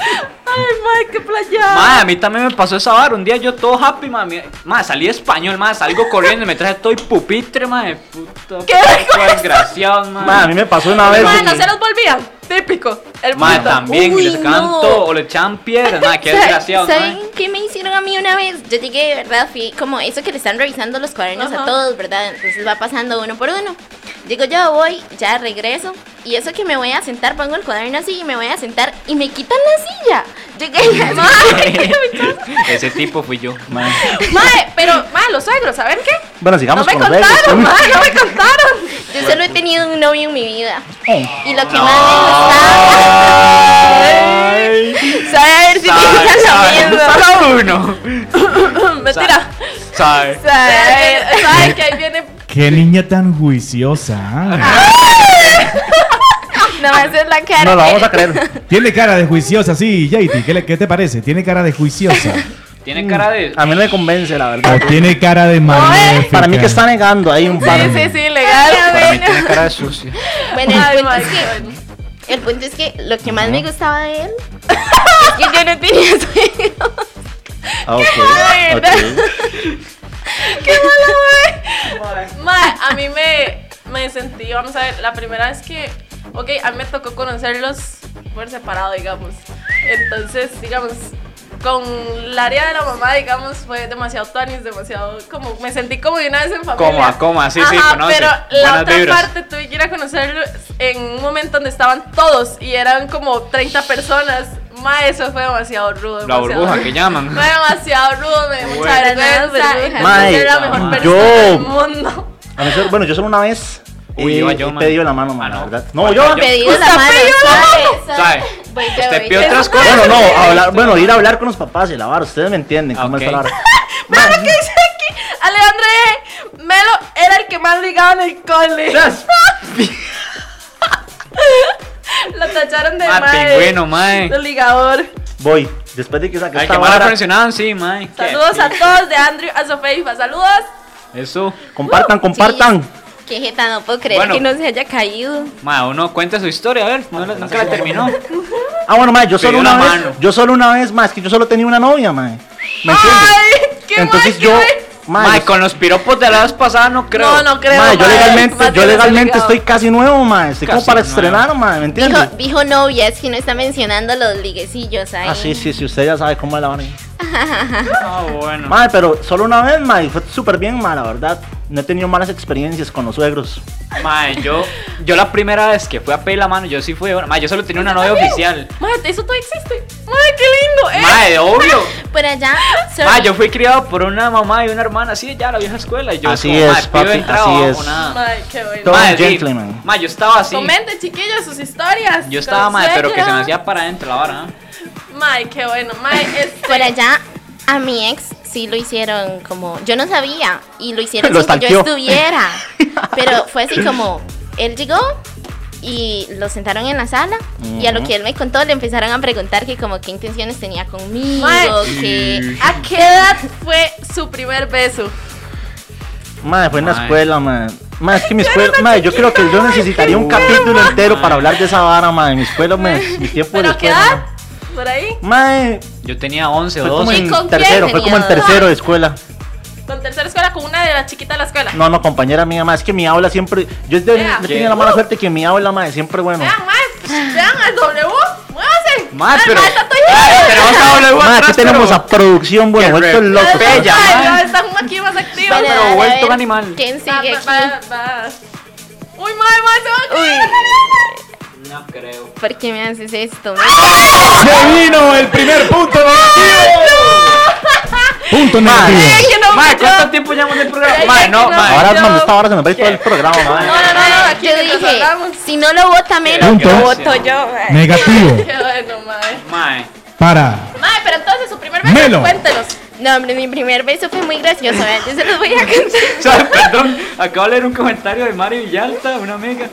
[SPEAKER 2] madre, qué playa.
[SPEAKER 3] Ma, a mí también me pasó esa vara. Un día yo todo happy, ma. mi- Ma, salí español, ma. Salgo corriendo y me traje todo y pupitre, ma. de Puta.
[SPEAKER 2] ¿Qué
[SPEAKER 3] puto Desgraciado, ma.
[SPEAKER 1] Ma, a mí me pasó una vez.
[SPEAKER 2] Madre, no se los volvían. Típico. El
[SPEAKER 3] Ma,
[SPEAKER 2] bulto.
[SPEAKER 3] también,
[SPEAKER 2] Uy,
[SPEAKER 3] y les canto
[SPEAKER 2] no.
[SPEAKER 3] o le echaban piedras, ma, qué
[SPEAKER 4] ¿Saben-
[SPEAKER 3] desgraciado,
[SPEAKER 4] ¿Saben
[SPEAKER 3] ma.
[SPEAKER 4] qué me hicieron a mí una vez? Yo llegué, de verdad, fui como eso que le están revisando los cuadernos
[SPEAKER 2] Ajá.
[SPEAKER 4] a todos, ¿verdad? Entonces va pasando uno por uno. Llego yo, voy, ya regreso. Y eso que me voy a sentar, pongo el cuaderno así y me voy a sentar y me quitan la silla. Llegué y
[SPEAKER 3] Ese tipo fui yo.
[SPEAKER 1] Mae.
[SPEAKER 2] Madre, pero, madre, los suegros, ¿saben qué?
[SPEAKER 1] Bueno, sigamos
[SPEAKER 2] no me
[SPEAKER 1] con los
[SPEAKER 2] contaron,
[SPEAKER 1] Legos.
[SPEAKER 2] madre, no me contaron.
[SPEAKER 4] Yo solo he tenido un novio en mi vida.
[SPEAKER 1] Oh.
[SPEAKER 4] Y lo que más me gustaba. Sabe a ver si piensas lo mismo.
[SPEAKER 3] Solo uno.
[SPEAKER 2] Mentira.
[SPEAKER 3] ¿Sabe?
[SPEAKER 4] Sabe.
[SPEAKER 2] ¿Saben que ahí viene?
[SPEAKER 5] Qué niña tan juiciosa. ah.
[SPEAKER 4] No me haces la cara.
[SPEAKER 1] No, lo vamos a
[SPEAKER 4] que-
[SPEAKER 1] creer.
[SPEAKER 5] Tiene cara de juiciosa, sí, Yaiti. ¿Qué, le- qué te parece? ¿Tiene cara de juiciosa?
[SPEAKER 3] Tiene cara de.
[SPEAKER 1] A mí no me convence, la verdad.
[SPEAKER 5] ¿O tiene cara de
[SPEAKER 2] eh.
[SPEAKER 5] maléfica?
[SPEAKER 1] Para mí que está negando ahí un par.
[SPEAKER 2] Sí, sí, sí, legal.
[SPEAKER 3] Para mí tiene cara de sucio.
[SPEAKER 4] Bueno,
[SPEAKER 2] Ay,
[SPEAKER 4] el punto
[SPEAKER 2] madre,
[SPEAKER 4] es
[SPEAKER 2] qué
[SPEAKER 4] que
[SPEAKER 2] bueno.
[SPEAKER 4] El punto es que lo que más me gustaba de él es que yo no tenía sueño.
[SPEAKER 1] Ah, ok,
[SPEAKER 2] mala
[SPEAKER 1] ok.
[SPEAKER 2] idea. ¡Qué mala, güey! Mae, a mí me, me sentí, vamos a ver, la primera vez que. Ok, a mí me tocó conocerlos por separado, digamos. Entonces, digamos, con el área de la mamá, digamos, fue demasiado tuanis, demasiado. Como me sentí como de una vez en familia.
[SPEAKER 3] Coma, coma, sí, sí,
[SPEAKER 2] Ajá,
[SPEAKER 3] conoce.
[SPEAKER 2] Pero la
[SPEAKER 3] Buenas
[SPEAKER 2] otra
[SPEAKER 3] vibras.
[SPEAKER 2] parte tuve que ir a conocerlos en un momento donde estaban todos y eran como 30 personas. Mae, eso fue demasiado rudo.
[SPEAKER 3] La
[SPEAKER 2] demasiado
[SPEAKER 3] burbuja
[SPEAKER 2] rudo.
[SPEAKER 3] que llaman.
[SPEAKER 2] Fue demasiado rudo, me dio mucha
[SPEAKER 3] Bueno.
[SPEAKER 2] vergüenza.
[SPEAKER 4] Nada,
[SPEAKER 2] y
[SPEAKER 4] vergüenza.
[SPEAKER 2] jamás era la
[SPEAKER 1] Mae,
[SPEAKER 2] mejor persona
[SPEAKER 1] yo-
[SPEAKER 2] del mundo.
[SPEAKER 1] A mí solo- bueno, yo solo una vez
[SPEAKER 3] Uy,
[SPEAKER 1] eh,
[SPEAKER 3] iba
[SPEAKER 1] he
[SPEAKER 3] yo, man.
[SPEAKER 1] pedido la mano, man, la
[SPEAKER 3] Ah, no.
[SPEAKER 1] verdad. No,
[SPEAKER 3] Bueno,
[SPEAKER 1] yo.
[SPEAKER 3] yo-
[SPEAKER 4] Pedido la mano, ¿sabe?
[SPEAKER 3] ¿Sabe?
[SPEAKER 4] Voy yo,
[SPEAKER 3] Usted
[SPEAKER 4] voy
[SPEAKER 3] pide
[SPEAKER 4] yo.
[SPEAKER 3] otras cosas.
[SPEAKER 1] Bueno, no, hablar- bueno, ir a hablar con los papás y lavar, ustedes me entienden cómo
[SPEAKER 3] Ok.
[SPEAKER 1] es la vara.
[SPEAKER 2] Mae, lo que dice aquí, Alejandro de Melo era el que más ligaba en el cole. Lo tacharon de
[SPEAKER 3] Ah,
[SPEAKER 2] mae,
[SPEAKER 3] pingüino, mae.
[SPEAKER 2] De ligador.
[SPEAKER 1] Voy, después de que saque
[SPEAKER 3] Ay,
[SPEAKER 1] esta
[SPEAKER 3] que mal
[SPEAKER 1] vara,
[SPEAKER 3] funcionaban, sí, mae.
[SPEAKER 2] Saludos a todos de Andrew a Sofeifa. Saludos.
[SPEAKER 3] Eso.
[SPEAKER 2] Uh,
[SPEAKER 1] compartan, compartan.
[SPEAKER 4] Qué jeta, no puedo creer
[SPEAKER 3] Bueno.
[SPEAKER 4] que no se haya caído.
[SPEAKER 3] Ma, uno cuenta su historia, a ver, no, la- nunca la terminó.
[SPEAKER 1] Ah, bueno, mae, yo solo
[SPEAKER 3] Pidió
[SPEAKER 1] una
[SPEAKER 3] la
[SPEAKER 1] vez,
[SPEAKER 3] mano.
[SPEAKER 1] yo solo una vez, más que yo solo tenía una novia, mae. ¿Me entiendes?
[SPEAKER 2] Ay, qué
[SPEAKER 1] Entonces
[SPEAKER 2] mae,
[SPEAKER 1] yo,
[SPEAKER 2] qué
[SPEAKER 1] mae,
[SPEAKER 3] Ma,
[SPEAKER 1] yo-
[SPEAKER 3] con los piropos de la vez pasada no creo.
[SPEAKER 2] No, no creo.
[SPEAKER 1] mae, yo
[SPEAKER 2] mae,
[SPEAKER 1] legalmente,
[SPEAKER 2] mae,
[SPEAKER 1] yo
[SPEAKER 2] tiene que ser
[SPEAKER 1] legalmente
[SPEAKER 2] ligado.
[SPEAKER 1] estoy casi nuevo, mae. Estoy como
[SPEAKER 3] Casi
[SPEAKER 1] para
[SPEAKER 3] nuevo.
[SPEAKER 1] estrenar, mae, ¿me entiendes?
[SPEAKER 4] Dijo, dijo novia, es que no está mencionando los liguecillos ahí.
[SPEAKER 1] Ah, sí, sí, sí, usted ya sabe cómo es la vara.
[SPEAKER 3] Ah, bueno.
[SPEAKER 1] Mae, pero solo una vez, mae, y fue súper bien, mae, la verdad. No he tenido malas experiencias con los suegros.
[SPEAKER 3] Mae, yo, yo la primera vez que fui a pedir la mano, yo sí fui. de buena- Mae, yo solo tenía una novia oficial.
[SPEAKER 2] Mae, eso todo existe. Mae, qué lindo. eh.
[SPEAKER 3] Mae, obvio.
[SPEAKER 4] Por allá, sorry.
[SPEAKER 1] Ah,
[SPEAKER 3] Mae, yo fui criado por una mamá y una hermana así, ya la vieja escuela. Y yo
[SPEAKER 1] Así
[SPEAKER 3] como, mae,
[SPEAKER 1] es,
[SPEAKER 3] pibe
[SPEAKER 1] papi,
[SPEAKER 3] entraba
[SPEAKER 1] así
[SPEAKER 3] o
[SPEAKER 1] es.
[SPEAKER 3] nada.
[SPEAKER 2] Mae, qué bueno.
[SPEAKER 1] Todo un
[SPEAKER 3] Mae, sí.
[SPEAKER 1] gentleman.
[SPEAKER 3] Mae, yo estaba así.
[SPEAKER 2] Comenten, chiquillos, sus historias.
[SPEAKER 3] Yo estaba,
[SPEAKER 2] Con
[SPEAKER 3] mae, pero que se me
[SPEAKER 2] suegra.
[SPEAKER 3] hacía para adentro la vara. ¿eh?
[SPEAKER 2] Mae, qué bueno. Mae, este, es.
[SPEAKER 4] Por allá, a mi ex sí lo hicieron como. Yo no sabía. Y lo hicieron
[SPEAKER 1] Lo
[SPEAKER 4] sin que
[SPEAKER 1] stalkeó.
[SPEAKER 4] yo estuviera. Pero fue así como. Él llegó y lo sentaron en la sala. Y a lo
[SPEAKER 1] Ujú.
[SPEAKER 4] que él me contó, le empezaron a preguntar que, como, qué intenciones tenía conmigo.
[SPEAKER 2] Mae.
[SPEAKER 4] Que.
[SPEAKER 2] ¿A qué edad fue su primer beso?
[SPEAKER 1] Madre, fue en la
[SPEAKER 3] Mae.
[SPEAKER 1] escuela, madre. Madre, es que mi
[SPEAKER 2] Yo era
[SPEAKER 1] escuela,
[SPEAKER 2] una
[SPEAKER 1] madre, yo creo que yo
[SPEAKER 2] chiquita,
[SPEAKER 1] necesitaría un
[SPEAKER 3] mae, qué
[SPEAKER 1] capítulo
[SPEAKER 3] miedo,
[SPEAKER 1] entero
[SPEAKER 3] mae.
[SPEAKER 1] para hablar de esa vara, madre. Mi escuela, me, mi tiempo de
[SPEAKER 2] ¿Pero qué edad?
[SPEAKER 1] escuela.
[SPEAKER 2] ¿Por ahí?
[SPEAKER 1] Madre,
[SPEAKER 3] Yo tenía 11 o
[SPEAKER 1] fue como
[SPEAKER 3] 12.
[SPEAKER 1] en
[SPEAKER 4] con quién
[SPEAKER 1] tercero, fue como en
[SPEAKER 4] tenías?
[SPEAKER 1] tercero de escuela.
[SPEAKER 2] Con tercera escuela, con una de las chiquitas de la escuela.
[SPEAKER 1] No, no, compañera mía, madre, es que mi aula siempre, yo de-
[SPEAKER 2] Vea.
[SPEAKER 1] yo tenía la mala suerte que mi aula, madre, siempre bueno.
[SPEAKER 2] Vean, mae, pues, vean al W.
[SPEAKER 3] Mae, pero.
[SPEAKER 2] Mae, tanto
[SPEAKER 3] Mae,
[SPEAKER 2] yo-
[SPEAKER 3] tenemos a W
[SPEAKER 1] Madre,
[SPEAKER 3] atrás,
[SPEAKER 1] aquí tenemos
[SPEAKER 3] pero-
[SPEAKER 1] a producción, bueno,
[SPEAKER 3] Qué
[SPEAKER 1] vuelto
[SPEAKER 3] re-
[SPEAKER 1] loco.
[SPEAKER 3] Bella,
[SPEAKER 2] Ay,
[SPEAKER 3] man.
[SPEAKER 2] no, están aquí más activos.
[SPEAKER 4] Vale,
[SPEAKER 3] pero
[SPEAKER 4] a
[SPEAKER 3] vuelto
[SPEAKER 4] ver
[SPEAKER 3] un animal.
[SPEAKER 4] ¿Quién
[SPEAKER 2] Va,
[SPEAKER 4] sigue
[SPEAKER 2] va,
[SPEAKER 4] aquí?
[SPEAKER 2] va, va. Uy, madre, madre, se va a caer.
[SPEAKER 3] No creo.
[SPEAKER 4] ¿Por qué me haces esto?
[SPEAKER 5] ¡Se vino el primer punto negativo! Punto
[SPEAKER 1] Madre.
[SPEAKER 5] negativo.
[SPEAKER 2] Ay, que no,
[SPEAKER 3] Mae,
[SPEAKER 2] yo-
[SPEAKER 3] ¿cuánto tiempo llevamos del programa?
[SPEAKER 2] Ay,
[SPEAKER 3] Mae,
[SPEAKER 2] ay,
[SPEAKER 3] no,
[SPEAKER 2] que no.
[SPEAKER 3] mae.
[SPEAKER 1] Ahora,
[SPEAKER 2] yo-
[SPEAKER 1] donde está, ahora se me va a ir todo el programa, madre.
[SPEAKER 2] No, no, no, no, aquí
[SPEAKER 4] Yo
[SPEAKER 2] nos
[SPEAKER 4] dije,
[SPEAKER 2] hablamos. eh.
[SPEAKER 4] si no lo vota menos,
[SPEAKER 5] Punto.
[SPEAKER 4] lo voto yo. mae.
[SPEAKER 5] Negativo
[SPEAKER 2] Qué bueno, madre.
[SPEAKER 3] Mae.
[SPEAKER 5] para
[SPEAKER 2] Madre, pero entonces su primer beso,
[SPEAKER 5] Melo.
[SPEAKER 2] cuéntenos.
[SPEAKER 4] No, hombre, mi primer beso fue muy gracioso. vean, Yo se los voy a contar.
[SPEAKER 3] O sea, perdón, acabo de leer un comentario de Mario Villalta, una amiga.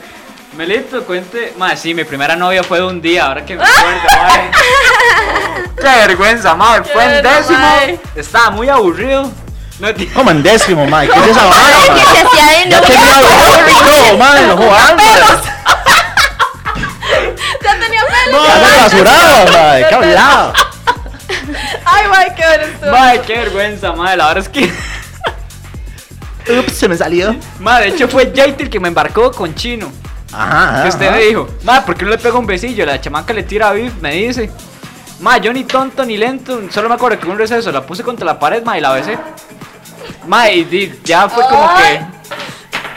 [SPEAKER 3] Melito, cuente. Mae, sí, mi primera novia fue de un día, ahora que me acuerdo, mae. Qué vergüenza, mae. Fue en
[SPEAKER 2] Qué vergüenza,
[SPEAKER 3] décimo.
[SPEAKER 2] mae.
[SPEAKER 3] Estaba muy aburrido. No tiene.
[SPEAKER 1] Como en décimo, madre. ¿Qué es esa vara,
[SPEAKER 4] Ay, que
[SPEAKER 1] madre?
[SPEAKER 4] se hacía de
[SPEAKER 1] Ya tenía
[SPEAKER 4] novia.
[SPEAKER 1] algo. No, madre, no jugaba, madre.
[SPEAKER 2] Ya tenía pelo.
[SPEAKER 1] Ya se basuraba, madre. ¿Qué hablaba?
[SPEAKER 2] Ay, madre, qué bueno estuvo.
[SPEAKER 3] Mae, qué vergüenza, mae. La verdad es que.
[SPEAKER 1] Ups, se me salió.
[SPEAKER 3] Mae, de hecho fue Jaitel que me embarcó con Chino.
[SPEAKER 1] Ajá, ajá.
[SPEAKER 3] Que usted
[SPEAKER 1] ajá.
[SPEAKER 3] me dijo, ma, ¿por qué no le pega un besillo? La chamaca le tira a Viv, me dice. Ma, yo ni tonto ni lento, solo me acuerdo que en un receso la puse contra la pared, ma, y la besé. Ma, y, di- ya fue como
[SPEAKER 2] Ay.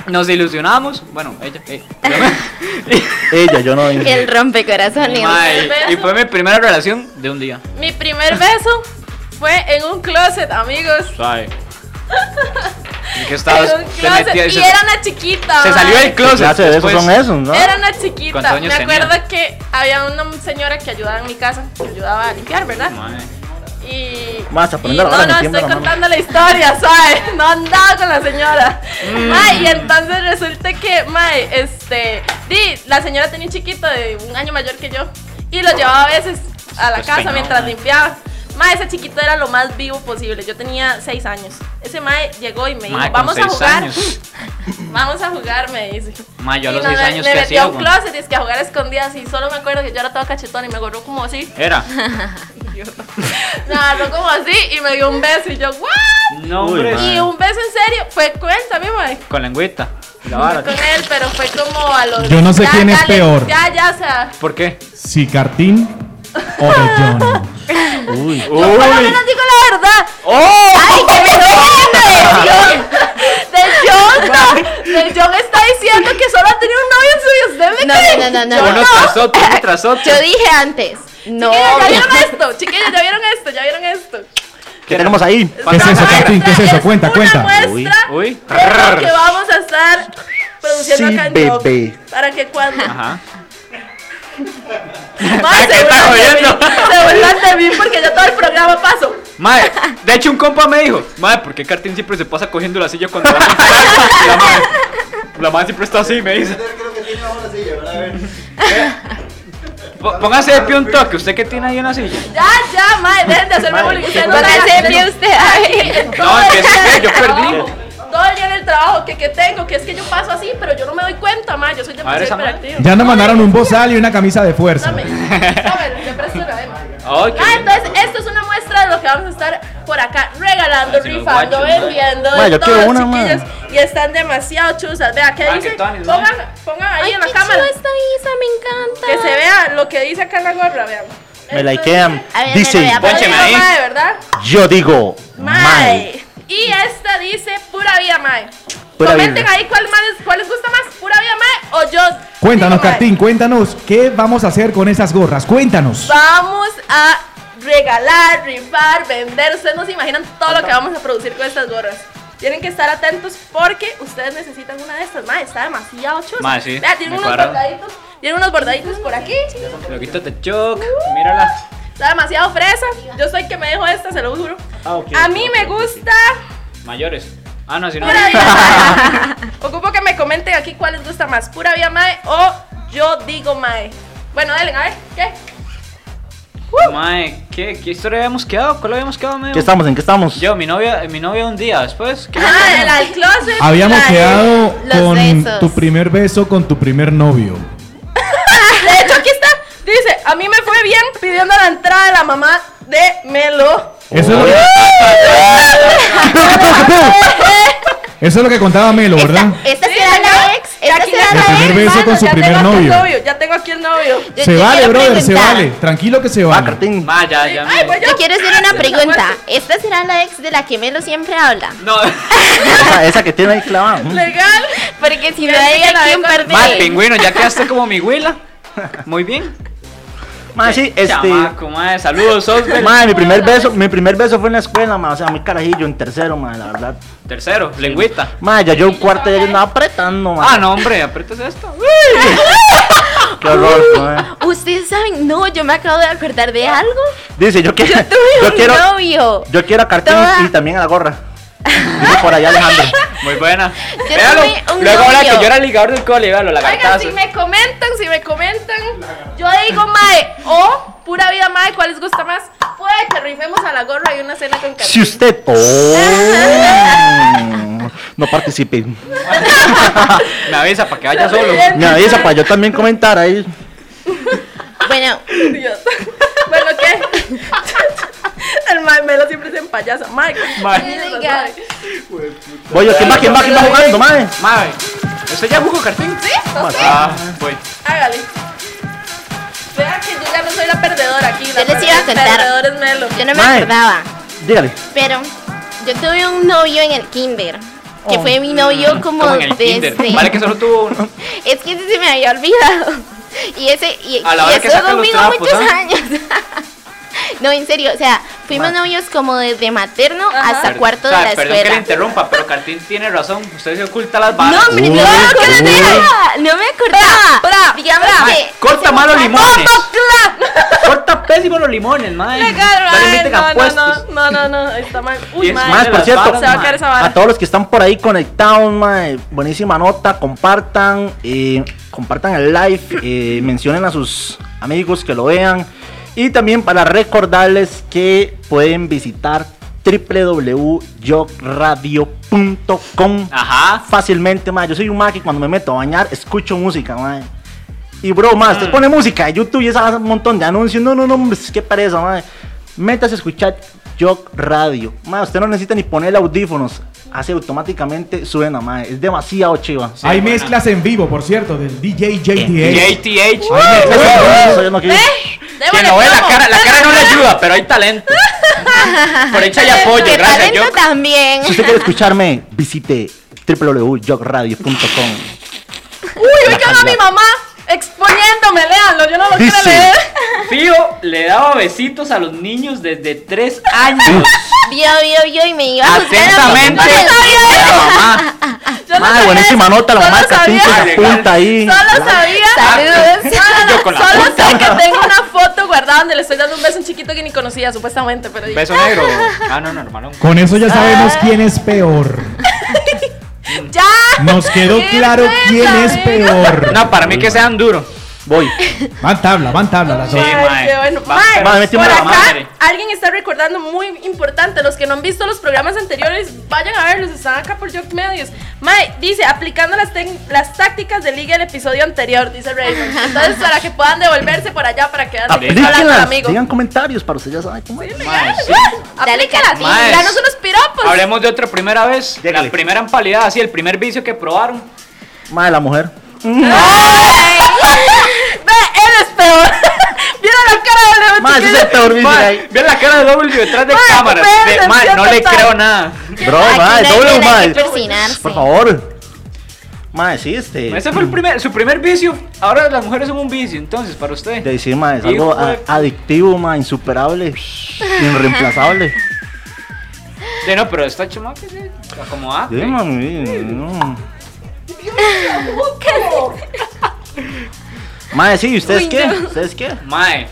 [SPEAKER 3] que nos ilusionamos. Bueno, ella, eh,
[SPEAKER 1] Ella, yo no.
[SPEAKER 4] El rompecorazones.
[SPEAKER 3] ma, y, y fue mi primera relación de un día.
[SPEAKER 2] Mi primer beso fue en un closet, amigos.
[SPEAKER 3] ¿Sabe? ¿Y qué estabas?
[SPEAKER 2] En un
[SPEAKER 3] te
[SPEAKER 2] closet.
[SPEAKER 3] metías-
[SPEAKER 2] Y
[SPEAKER 3] se,
[SPEAKER 2] era una chiquita.
[SPEAKER 3] se salió
[SPEAKER 2] madre.
[SPEAKER 3] del closet.
[SPEAKER 1] clase de esos
[SPEAKER 3] después.
[SPEAKER 1] son esos, ¿no?
[SPEAKER 2] Era una chiquita.
[SPEAKER 3] ¿Cuántos años
[SPEAKER 2] Me acuerdo
[SPEAKER 3] tenía?
[SPEAKER 2] que había una señora que ayudaba en mi casa, que ayudaba a limpiar, ¿verdad?
[SPEAKER 3] Ma,
[SPEAKER 2] Y.
[SPEAKER 1] Más, a ponerla
[SPEAKER 2] y
[SPEAKER 1] ahora
[SPEAKER 2] No,
[SPEAKER 1] en
[SPEAKER 2] no,
[SPEAKER 1] septiembre,
[SPEAKER 2] estoy
[SPEAKER 1] la mano.
[SPEAKER 2] contando la historia, ¿sabes? No andaba con la señora.
[SPEAKER 3] Mm.
[SPEAKER 2] Ay, y entonces resulta que, mae, este. Di, la señora tenía un chiquito de un año mayor que yo. Y lo llevaba a veces a la
[SPEAKER 3] Pues
[SPEAKER 2] casa
[SPEAKER 3] peinado,
[SPEAKER 2] mientras
[SPEAKER 3] mae.
[SPEAKER 2] limpiaba. Mae, ese chiquito era lo más vivo posible. Yo tenía seis años. Ese mae llegó y me dijo,
[SPEAKER 3] ma, con
[SPEAKER 2] vamos a
[SPEAKER 3] seis
[SPEAKER 2] jugar.
[SPEAKER 3] años.
[SPEAKER 2] Vamos a jugar, me dice.
[SPEAKER 3] Ma, yo a
[SPEAKER 2] Y
[SPEAKER 3] los
[SPEAKER 2] no,
[SPEAKER 3] seis
[SPEAKER 2] me-
[SPEAKER 3] años
[SPEAKER 2] me
[SPEAKER 3] que
[SPEAKER 2] metí a
[SPEAKER 3] hacía,
[SPEAKER 2] un
[SPEAKER 3] weón?
[SPEAKER 2] closet y es que a jugar a escondidas y solo me acuerdo que yo era toda cachetona y me agarró como así.
[SPEAKER 3] Era.
[SPEAKER 2] Me agarró como así y me dio un beso y yo, ¿what?
[SPEAKER 3] No,
[SPEAKER 1] Uy,
[SPEAKER 3] hombre.
[SPEAKER 1] ma.
[SPEAKER 2] Y un beso en serio, fue cuenta, mi madre.
[SPEAKER 3] Con lengüita. La
[SPEAKER 2] Fue
[SPEAKER 3] vara.
[SPEAKER 2] con él, pero fue como a los.
[SPEAKER 5] Yo no sé quién es
[SPEAKER 2] le-
[SPEAKER 5] peor.
[SPEAKER 2] Ya, ya, o sea.
[SPEAKER 3] ¿Por qué?
[SPEAKER 5] si Cartín o de John.
[SPEAKER 1] Uy. Oh,
[SPEAKER 2] Yo por lo menos digo la verdad.
[SPEAKER 4] ¡Ay, qué vergüenza!
[SPEAKER 2] Del John, no. Del John está diciendo que solo ha tenido un novio en su vida. ¿Usted me
[SPEAKER 4] No,
[SPEAKER 2] cree?
[SPEAKER 4] no, no, no,
[SPEAKER 2] Yo
[SPEAKER 4] no.
[SPEAKER 3] Uno tras otro, uno tras otro.
[SPEAKER 4] Yo dije antes. No.
[SPEAKER 2] Chiquillas, ya vieron esto. Chiquillas, ya vieron esto. Ya vieron esto.
[SPEAKER 1] ¿Qué tenemos ahí?
[SPEAKER 5] ¿Qué es eso, Cartín? ¿Qué es eso? Cuenta,
[SPEAKER 2] una
[SPEAKER 5] cuenta.
[SPEAKER 2] muestra
[SPEAKER 1] Uy.
[SPEAKER 3] Uy.
[SPEAKER 2] de lo que vamos a estar produciendo
[SPEAKER 1] Sí,
[SPEAKER 2] acá en Job.
[SPEAKER 1] bebé.
[SPEAKER 2] Para que cuando.
[SPEAKER 3] Ajá.
[SPEAKER 2] Mae,
[SPEAKER 3] Ah, ¿Qué
[SPEAKER 2] se burlan
[SPEAKER 3] está
[SPEAKER 2] de mí,
[SPEAKER 3] jodiendo?
[SPEAKER 2] Se burlan de mí porque yo todo el programa paso.
[SPEAKER 3] Mae, de hecho un compa me dijo, mae, ¿por qué Cartín siempre se pasa cogiendo la silla cuando va a comprar?" La mae, la mae siempre está así, me dice. Po- Póngase de pie un toque, ¿usted qué tiene ahí en la silla?
[SPEAKER 2] Ya, ya, mae, dejen de hacerme bullying. Ustedes no
[SPEAKER 4] Para
[SPEAKER 2] la-
[SPEAKER 4] hacer pie usted. ay.
[SPEAKER 2] Todo
[SPEAKER 3] No,
[SPEAKER 2] el
[SPEAKER 3] que
[SPEAKER 2] día
[SPEAKER 3] sí,
[SPEAKER 2] en el
[SPEAKER 3] yo perdí.
[SPEAKER 2] trabajo, Todo el día en el trabajo que, que tengo, que es que yo paso así, pero yo no me doy cuenta, mae. Yo soy
[SPEAKER 3] ver,
[SPEAKER 2] demasiado
[SPEAKER 3] esa mae.
[SPEAKER 2] hiperactivo.
[SPEAKER 5] Ya nos mandaron un bozal y una camisa de fuerza.
[SPEAKER 2] Dame, dame, yo presto una vez, mae.
[SPEAKER 3] Ay, qué
[SPEAKER 2] Ah,
[SPEAKER 3] bien.
[SPEAKER 2] entonces esto es una muestra de lo que vamos a estar por acá regalando,
[SPEAKER 3] Ah, sí, los
[SPEAKER 2] rifando,
[SPEAKER 3] guachos, ¿no?
[SPEAKER 2] vendiendo,
[SPEAKER 1] Ma,
[SPEAKER 2] de
[SPEAKER 1] yo
[SPEAKER 2] todo,
[SPEAKER 1] quiero una, ma.
[SPEAKER 2] chiquillos. Y están demasiado chuzas. Vea, ¿qué
[SPEAKER 3] Ah, que
[SPEAKER 2] dice?
[SPEAKER 3] Tony, ¿no?
[SPEAKER 2] Pongan, pongan ahí
[SPEAKER 4] Ay,
[SPEAKER 2] en la
[SPEAKER 4] qué
[SPEAKER 2] cámara.
[SPEAKER 4] chiva esta Isa, me
[SPEAKER 2] Que
[SPEAKER 4] encanta.
[SPEAKER 2] se vea lo que dice acá en la gorra, vean.
[SPEAKER 1] Me
[SPEAKER 2] Esto
[SPEAKER 1] likean.
[SPEAKER 2] dice-
[SPEAKER 4] A ver,
[SPEAKER 1] Dice,
[SPEAKER 4] a ver, a
[SPEAKER 2] Yo
[SPEAKER 4] ver.
[SPEAKER 3] Póncheme
[SPEAKER 2] digo,
[SPEAKER 3] ahí.
[SPEAKER 2] Mae, ¿verdad?
[SPEAKER 1] yo digo,
[SPEAKER 2] Mae.
[SPEAKER 1] mal.
[SPEAKER 2] Y esta dice pura vida, Mae.
[SPEAKER 1] Pura
[SPEAKER 2] Comenten
[SPEAKER 1] vida.
[SPEAKER 2] ahí cuál, más les- cuál les gusta más, pura vida, Mae o yo.
[SPEAKER 5] Cuéntanos,
[SPEAKER 2] digo, mae.
[SPEAKER 5] Cartín, cuéntanos, ¿qué vamos a hacer con esas gorras? Cuéntanos.
[SPEAKER 2] Vamos a regalar, rifar, vender. Ustedes no se imaginan todo lo que vamos a producir con estas gorras. Tienen que estar atentos porque ustedes necesitan una de estas. Mae, está demasiado chulo.
[SPEAKER 3] Mae, sí,
[SPEAKER 2] tienen
[SPEAKER 3] me
[SPEAKER 2] unos
[SPEAKER 3] cuadra.
[SPEAKER 2] bordaditos. Tienen unos bordaditos por aquí.
[SPEAKER 3] Lo quítate, choc, mírala.
[SPEAKER 2] Está demasiado fresa. Yo soy que me dejo esta, se lo juro.
[SPEAKER 1] Ah, ok,
[SPEAKER 2] a mí
[SPEAKER 1] ok,
[SPEAKER 2] me
[SPEAKER 1] ok,
[SPEAKER 2] gusta.
[SPEAKER 3] Mayores. Ah, no, si no.
[SPEAKER 2] Pura vida mae. Ocupo que me comenten aquí cuál les gusta más. Pura vida mae o yo digo mae. Bueno, dale, a ver, ¿qué?
[SPEAKER 3] Mae, ¿qué, ¿qué historia habíamos quedado? ¿Cuál habíamos quedado, medio?
[SPEAKER 1] ¿Qué estamos? ¿En qué estamos?
[SPEAKER 3] Yo, mi novia, mi novia un día después. ¿qué?
[SPEAKER 2] Ah, el al closet.
[SPEAKER 5] Habíamos
[SPEAKER 2] la-
[SPEAKER 5] quedado
[SPEAKER 4] los
[SPEAKER 5] con
[SPEAKER 4] besos.
[SPEAKER 5] tu primer beso con tu primer novio.
[SPEAKER 2] De hecho, aquí está. Dice, a mí me fue bien pidiendo la entrada de la mamá de Melo.
[SPEAKER 5] Eso, es, lo que, eso es lo que contaba Melo, ¿verdad?
[SPEAKER 4] Esta
[SPEAKER 2] Sí,
[SPEAKER 4] será
[SPEAKER 2] ¿verdad?
[SPEAKER 4] la ex. Ella
[SPEAKER 2] aquí
[SPEAKER 4] se
[SPEAKER 2] la
[SPEAKER 4] da la
[SPEAKER 5] El primer
[SPEAKER 2] trae,
[SPEAKER 5] beso con
[SPEAKER 2] mano,
[SPEAKER 5] su
[SPEAKER 2] ya
[SPEAKER 5] primer
[SPEAKER 2] tengo aquí el
[SPEAKER 5] novio.
[SPEAKER 2] novio. Ya tengo aquí el novio.
[SPEAKER 4] Yo-
[SPEAKER 5] se
[SPEAKER 4] yo
[SPEAKER 5] vale,
[SPEAKER 4] quiero
[SPEAKER 5] brother, se
[SPEAKER 4] preguntar.
[SPEAKER 5] vale. Tranquilo que se
[SPEAKER 1] Va,
[SPEAKER 5] vale.
[SPEAKER 1] Cartín.
[SPEAKER 3] Ma, ya, ya.
[SPEAKER 2] Ay,
[SPEAKER 3] me-
[SPEAKER 2] voy
[SPEAKER 4] Yo quiero hacer
[SPEAKER 2] Ya
[SPEAKER 4] una
[SPEAKER 2] la
[SPEAKER 4] pregunta.
[SPEAKER 2] muerte.
[SPEAKER 4] ¿Esta será la ex de la que Melo siempre habla?
[SPEAKER 3] No.
[SPEAKER 1] Esa, esa que tiene ahí clavada. Mm.
[SPEAKER 2] Legal.
[SPEAKER 4] Porque si
[SPEAKER 2] Ya
[SPEAKER 4] no
[SPEAKER 2] sé que
[SPEAKER 4] hay
[SPEAKER 2] la
[SPEAKER 4] aquí
[SPEAKER 2] veo
[SPEAKER 4] un
[SPEAKER 2] con-
[SPEAKER 4] par de...
[SPEAKER 3] Ma, pingüino, ya quedaste como mi huila. Muy bien.
[SPEAKER 1] Ma, sí, este.
[SPEAKER 3] Chamaco, ma, saludos, Osbel.
[SPEAKER 1] Ma, mi primer beso, mi primer beso fue en la escuela, ma, o sea, muy carajillo, en tercero, ma, la verdad.
[SPEAKER 3] Tercero, lengüita.
[SPEAKER 1] Ma, ya yo un cuarto ya yo andaba apretando, ma.
[SPEAKER 3] Ah, no, hombre, aprietas esto.
[SPEAKER 1] Qué horror, ma.
[SPEAKER 4] Ustedes saben, no, yo me acabo de acordar de algo.
[SPEAKER 1] Dice, yo quiero.
[SPEAKER 4] Yo tuve
[SPEAKER 1] Yo
[SPEAKER 4] un
[SPEAKER 1] quiero.
[SPEAKER 4] novio.
[SPEAKER 1] Yo quiero a Cartín
[SPEAKER 4] Toda-
[SPEAKER 1] y también a la gorra. Dice por allá Alejandro.
[SPEAKER 3] Muy buena.
[SPEAKER 4] Yo
[SPEAKER 3] Véalo.
[SPEAKER 4] tuve un
[SPEAKER 3] Luego ahora que
[SPEAKER 4] novio.
[SPEAKER 3] yo era ligador del cole, véalo, la
[SPEAKER 2] Oigan, si me comentan, si me comentan, yo digo, mae, o pura vida, mae, ¿cuál les gusta más? Puede que rifemos a la gorra y una cena con
[SPEAKER 1] Si
[SPEAKER 2] carne.
[SPEAKER 1] usted. Oh, no participe.
[SPEAKER 3] Me avisa para que vaya solo.
[SPEAKER 1] Me avisa para yo también comentar ahí.
[SPEAKER 4] Bueno,
[SPEAKER 2] Dios. bueno, ¿qué? El mae Melo siempre se empayasa. Mae, ¿qué
[SPEAKER 3] Mae.
[SPEAKER 2] mierda,
[SPEAKER 4] Oiga.
[SPEAKER 2] mae?
[SPEAKER 1] Oye, ¿quién va, quién va, quién va jugando, mae?
[SPEAKER 3] Mae, ¿usted ya jugó cartín?
[SPEAKER 2] ¿Sí? No sé.
[SPEAKER 3] Ah, voy.
[SPEAKER 2] Hágale. Vea que yo ya no soy la perdedora aquí. La
[SPEAKER 4] Yo les iba a
[SPEAKER 2] perde-
[SPEAKER 4] contar.
[SPEAKER 2] perdedor es Melo.
[SPEAKER 4] yo no me
[SPEAKER 1] Mae.
[SPEAKER 4] acordaba.
[SPEAKER 1] Dígale.
[SPEAKER 4] Pero yo tuve un novio en el kinder. Que
[SPEAKER 1] Oh.
[SPEAKER 4] fue mi novio como, este-
[SPEAKER 3] Como en el
[SPEAKER 4] desde...
[SPEAKER 3] kinder. Vale que solo tuvo uno.
[SPEAKER 4] Es que ese se me había olvidado. Y ese, y,
[SPEAKER 3] A la
[SPEAKER 4] y
[SPEAKER 3] hora que
[SPEAKER 4] estuvo
[SPEAKER 3] sacan los
[SPEAKER 4] conmigo
[SPEAKER 3] trapos,
[SPEAKER 4] muchos
[SPEAKER 3] ¿ah?
[SPEAKER 4] años. no, en serio, o sea, fuimos novios como desde materno
[SPEAKER 2] Ajá.
[SPEAKER 4] hasta
[SPEAKER 3] Per-
[SPEAKER 4] cuarto
[SPEAKER 3] o sea,
[SPEAKER 4] de la
[SPEAKER 3] Perdón que le
[SPEAKER 4] escuela.
[SPEAKER 3] interrumpa, pero Cartín tiene razón. Usted se oculta las
[SPEAKER 4] No,
[SPEAKER 3] balas.
[SPEAKER 4] hombre,
[SPEAKER 1] Uy,
[SPEAKER 4] no me
[SPEAKER 1] uy.
[SPEAKER 4] acordaba. No me acordaba.
[SPEAKER 2] Bra, bra,
[SPEAKER 4] Digamos
[SPEAKER 2] bra.
[SPEAKER 4] que.
[SPEAKER 3] Corta mal los limones.
[SPEAKER 2] ¡Claro!
[SPEAKER 3] Corta pésimo los limones, mae.
[SPEAKER 2] Legal,
[SPEAKER 3] No le
[SPEAKER 2] mae.
[SPEAKER 3] inviten a
[SPEAKER 2] No, no,
[SPEAKER 3] puestos.
[SPEAKER 2] no, no, no, no, está mal.
[SPEAKER 3] Y
[SPEAKER 2] Uy,
[SPEAKER 3] es
[SPEAKER 2] mae.
[SPEAKER 1] Más, por
[SPEAKER 3] las
[SPEAKER 1] cierto,
[SPEAKER 3] balas,
[SPEAKER 2] Se va a caer esa vara.
[SPEAKER 1] a todos los que están por ahí conectados, mae, buenísima nota, compartan, eh, compartan el live, eh, mencionen a sus amigos que lo vean. Y también para recordarles que pueden visitar www.yogradio.com
[SPEAKER 3] Ajá.
[SPEAKER 1] fácilmente, mae. Yo soy un mae que cuando me meto a bañar escucho música, mae. Y bro, mae, usted pone música de YouTube y esa un montón de anuncios. No, no, no, hombre, qué pereza, mae. Métase a escuchar Jock Radio. Mae, usted no necesita ni ponerle audífonos. Hace automáticamente suena, mae. Es demasiado chiva.
[SPEAKER 3] Sí,
[SPEAKER 5] Hay
[SPEAKER 3] buena.
[SPEAKER 5] mezclas en vivo, por cierto, del DJ JTA.
[SPEAKER 3] JTH.
[SPEAKER 1] Ay, me- Ah, eso yo no quiero.
[SPEAKER 2] Eh.
[SPEAKER 3] Que no ve la cara, la cara no le ayuda, pero hay talento. Por hecha hay apoyo,
[SPEAKER 4] Que
[SPEAKER 3] gracias,
[SPEAKER 4] talento
[SPEAKER 3] yo.
[SPEAKER 4] también.
[SPEAKER 1] Si usted quiere escucharme, visite www.jockradio.com.
[SPEAKER 2] Uy,
[SPEAKER 1] La
[SPEAKER 2] oigan a
[SPEAKER 1] calidad.
[SPEAKER 2] mi mamá exponiéndome, léanlo, yo no lo quiero
[SPEAKER 1] Dice.
[SPEAKER 2] leer.
[SPEAKER 3] Fío le daba besitos a los niños desde 3 años.
[SPEAKER 4] Vio, vio, vio y me "Ah, pues, iba a juzgar a mí
[SPEAKER 3] Atentamente.
[SPEAKER 4] con el novio.
[SPEAKER 3] La mamá.
[SPEAKER 2] Yo no
[SPEAKER 1] Mae,
[SPEAKER 2] sabía
[SPEAKER 1] buenísima
[SPEAKER 2] eso,
[SPEAKER 1] nota, la
[SPEAKER 2] solo
[SPEAKER 1] marca Cartín que
[SPEAKER 2] sabía-
[SPEAKER 1] se
[SPEAKER 3] Dale, dale.
[SPEAKER 1] apunta ahí.
[SPEAKER 2] Solo sabía.
[SPEAKER 4] Saludos.
[SPEAKER 2] Solo,
[SPEAKER 3] Yo con la
[SPEAKER 2] solo
[SPEAKER 3] puta.
[SPEAKER 2] sé que tengo una foto guardada donde le estoy dando un beso a un chiquito que ni conocía, supuestamente, pero
[SPEAKER 3] Beso negro. Ah, no, no, hermano.
[SPEAKER 5] Con eso ya sabemos quién es peor.
[SPEAKER 2] ya. pues,
[SPEAKER 5] Nos quedó
[SPEAKER 2] Qué
[SPEAKER 5] claro quién
[SPEAKER 2] pena,
[SPEAKER 5] es
[SPEAKER 2] amigo.
[SPEAKER 5] peor.
[SPEAKER 3] No, para mí que sean duros.
[SPEAKER 1] Voy.
[SPEAKER 5] Van tabla, van tabla las
[SPEAKER 3] Sí,
[SPEAKER 5] dos.
[SPEAKER 2] Ay,
[SPEAKER 3] mae.
[SPEAKER 2] qué bueno.
[SPEAKER 3] Va,
[SPEAKER 2] Mae,
[SPEAKER 3] pero-
[SPEAKER 1] Mae, mete
[SPEAKER 2] Por
[SPEAKER 1] una
[SPEAKER 2] acá,
[SPEAKER 3] madre.
[SPEAKER 2] alguien está recordando muy importante, los que no han visto los programas anteriores, vayan a verlos, están acá por Jock Medios. Mae, dice, aplicando las, tec- las tácticas de liga el episodio anterior, dice Raymond. Entonces, para que puedan devolverse por allá para quedar hablando
[SPEAKER 1] Aplíquenlas,
[SPEAKER 2] amigo.
[SPEAKER 1] digan comentarios para usted, ya sabe cómo es.
[SPEAKER 3] Mae, sí.
[SPEAKER 4] Dale,
[SPEAKER 2] Aplícalas,
[SPEAKER 3] Mae.
[SPEAKER 2] danos unos piropos.
[SPEAKER 3] Hablemos de otra primera vez.
[SPEAKER 1] Llegale.
[SPEAKER 3] La primera empalidad, así, el primer vicio que probaron.
[SPEAKER 1] Mae, la mujer.
[SPEAKER 2] Ve, él es peor. Mira la cara de Leo,
[SPEAKER 1] Mae, ese es el peor vicio que hay.
[SPEAKER 3] Mae, vean la cara de W detrás de
[SPEAKER 2] Mae,
[SPEAKER 3] cámara.
[SPEAKER 2] perder,
[SPEAKER 3] Ve, mae, no le
[SPEAKER 2] total.
[SPEAKER 3] creo nada.
[SPEAKER 1] Bro, mae,
[SPEAKER 4] Aquí no hay
[SPEAKER 1] doble,
[SPEAKER 4] nada que
[SPEAKER 1] mae.
[SPEAKER 4] persinarse.
[SPEAKER 1] Por favor. Mae, sí, este.
[SPEAKER 3] Ese fue el primer, su primer vicio. Ahora las mujeres son un vicio, entonces, para usted.
[SPEAKER 1] De decir, mae, es algo
[SPEAKER 3] Hijo de-
[SPEAKER 1] a- adictivo, mae, insuperable, irreemplazable.
[SPEAKER 3] Sí, no, pero esta chamaca sí, acomodada.
[SPEAKER 1] Sí, mami, no. Mae, sí, ¿y ustedes
[SPEAKER 2] Uy,
[SPEAKER 1] qué?
[SPEAKER 2] no.
[SPEAKER 1] ¿Ustedes qué?
[SPEAKER 3] Mae,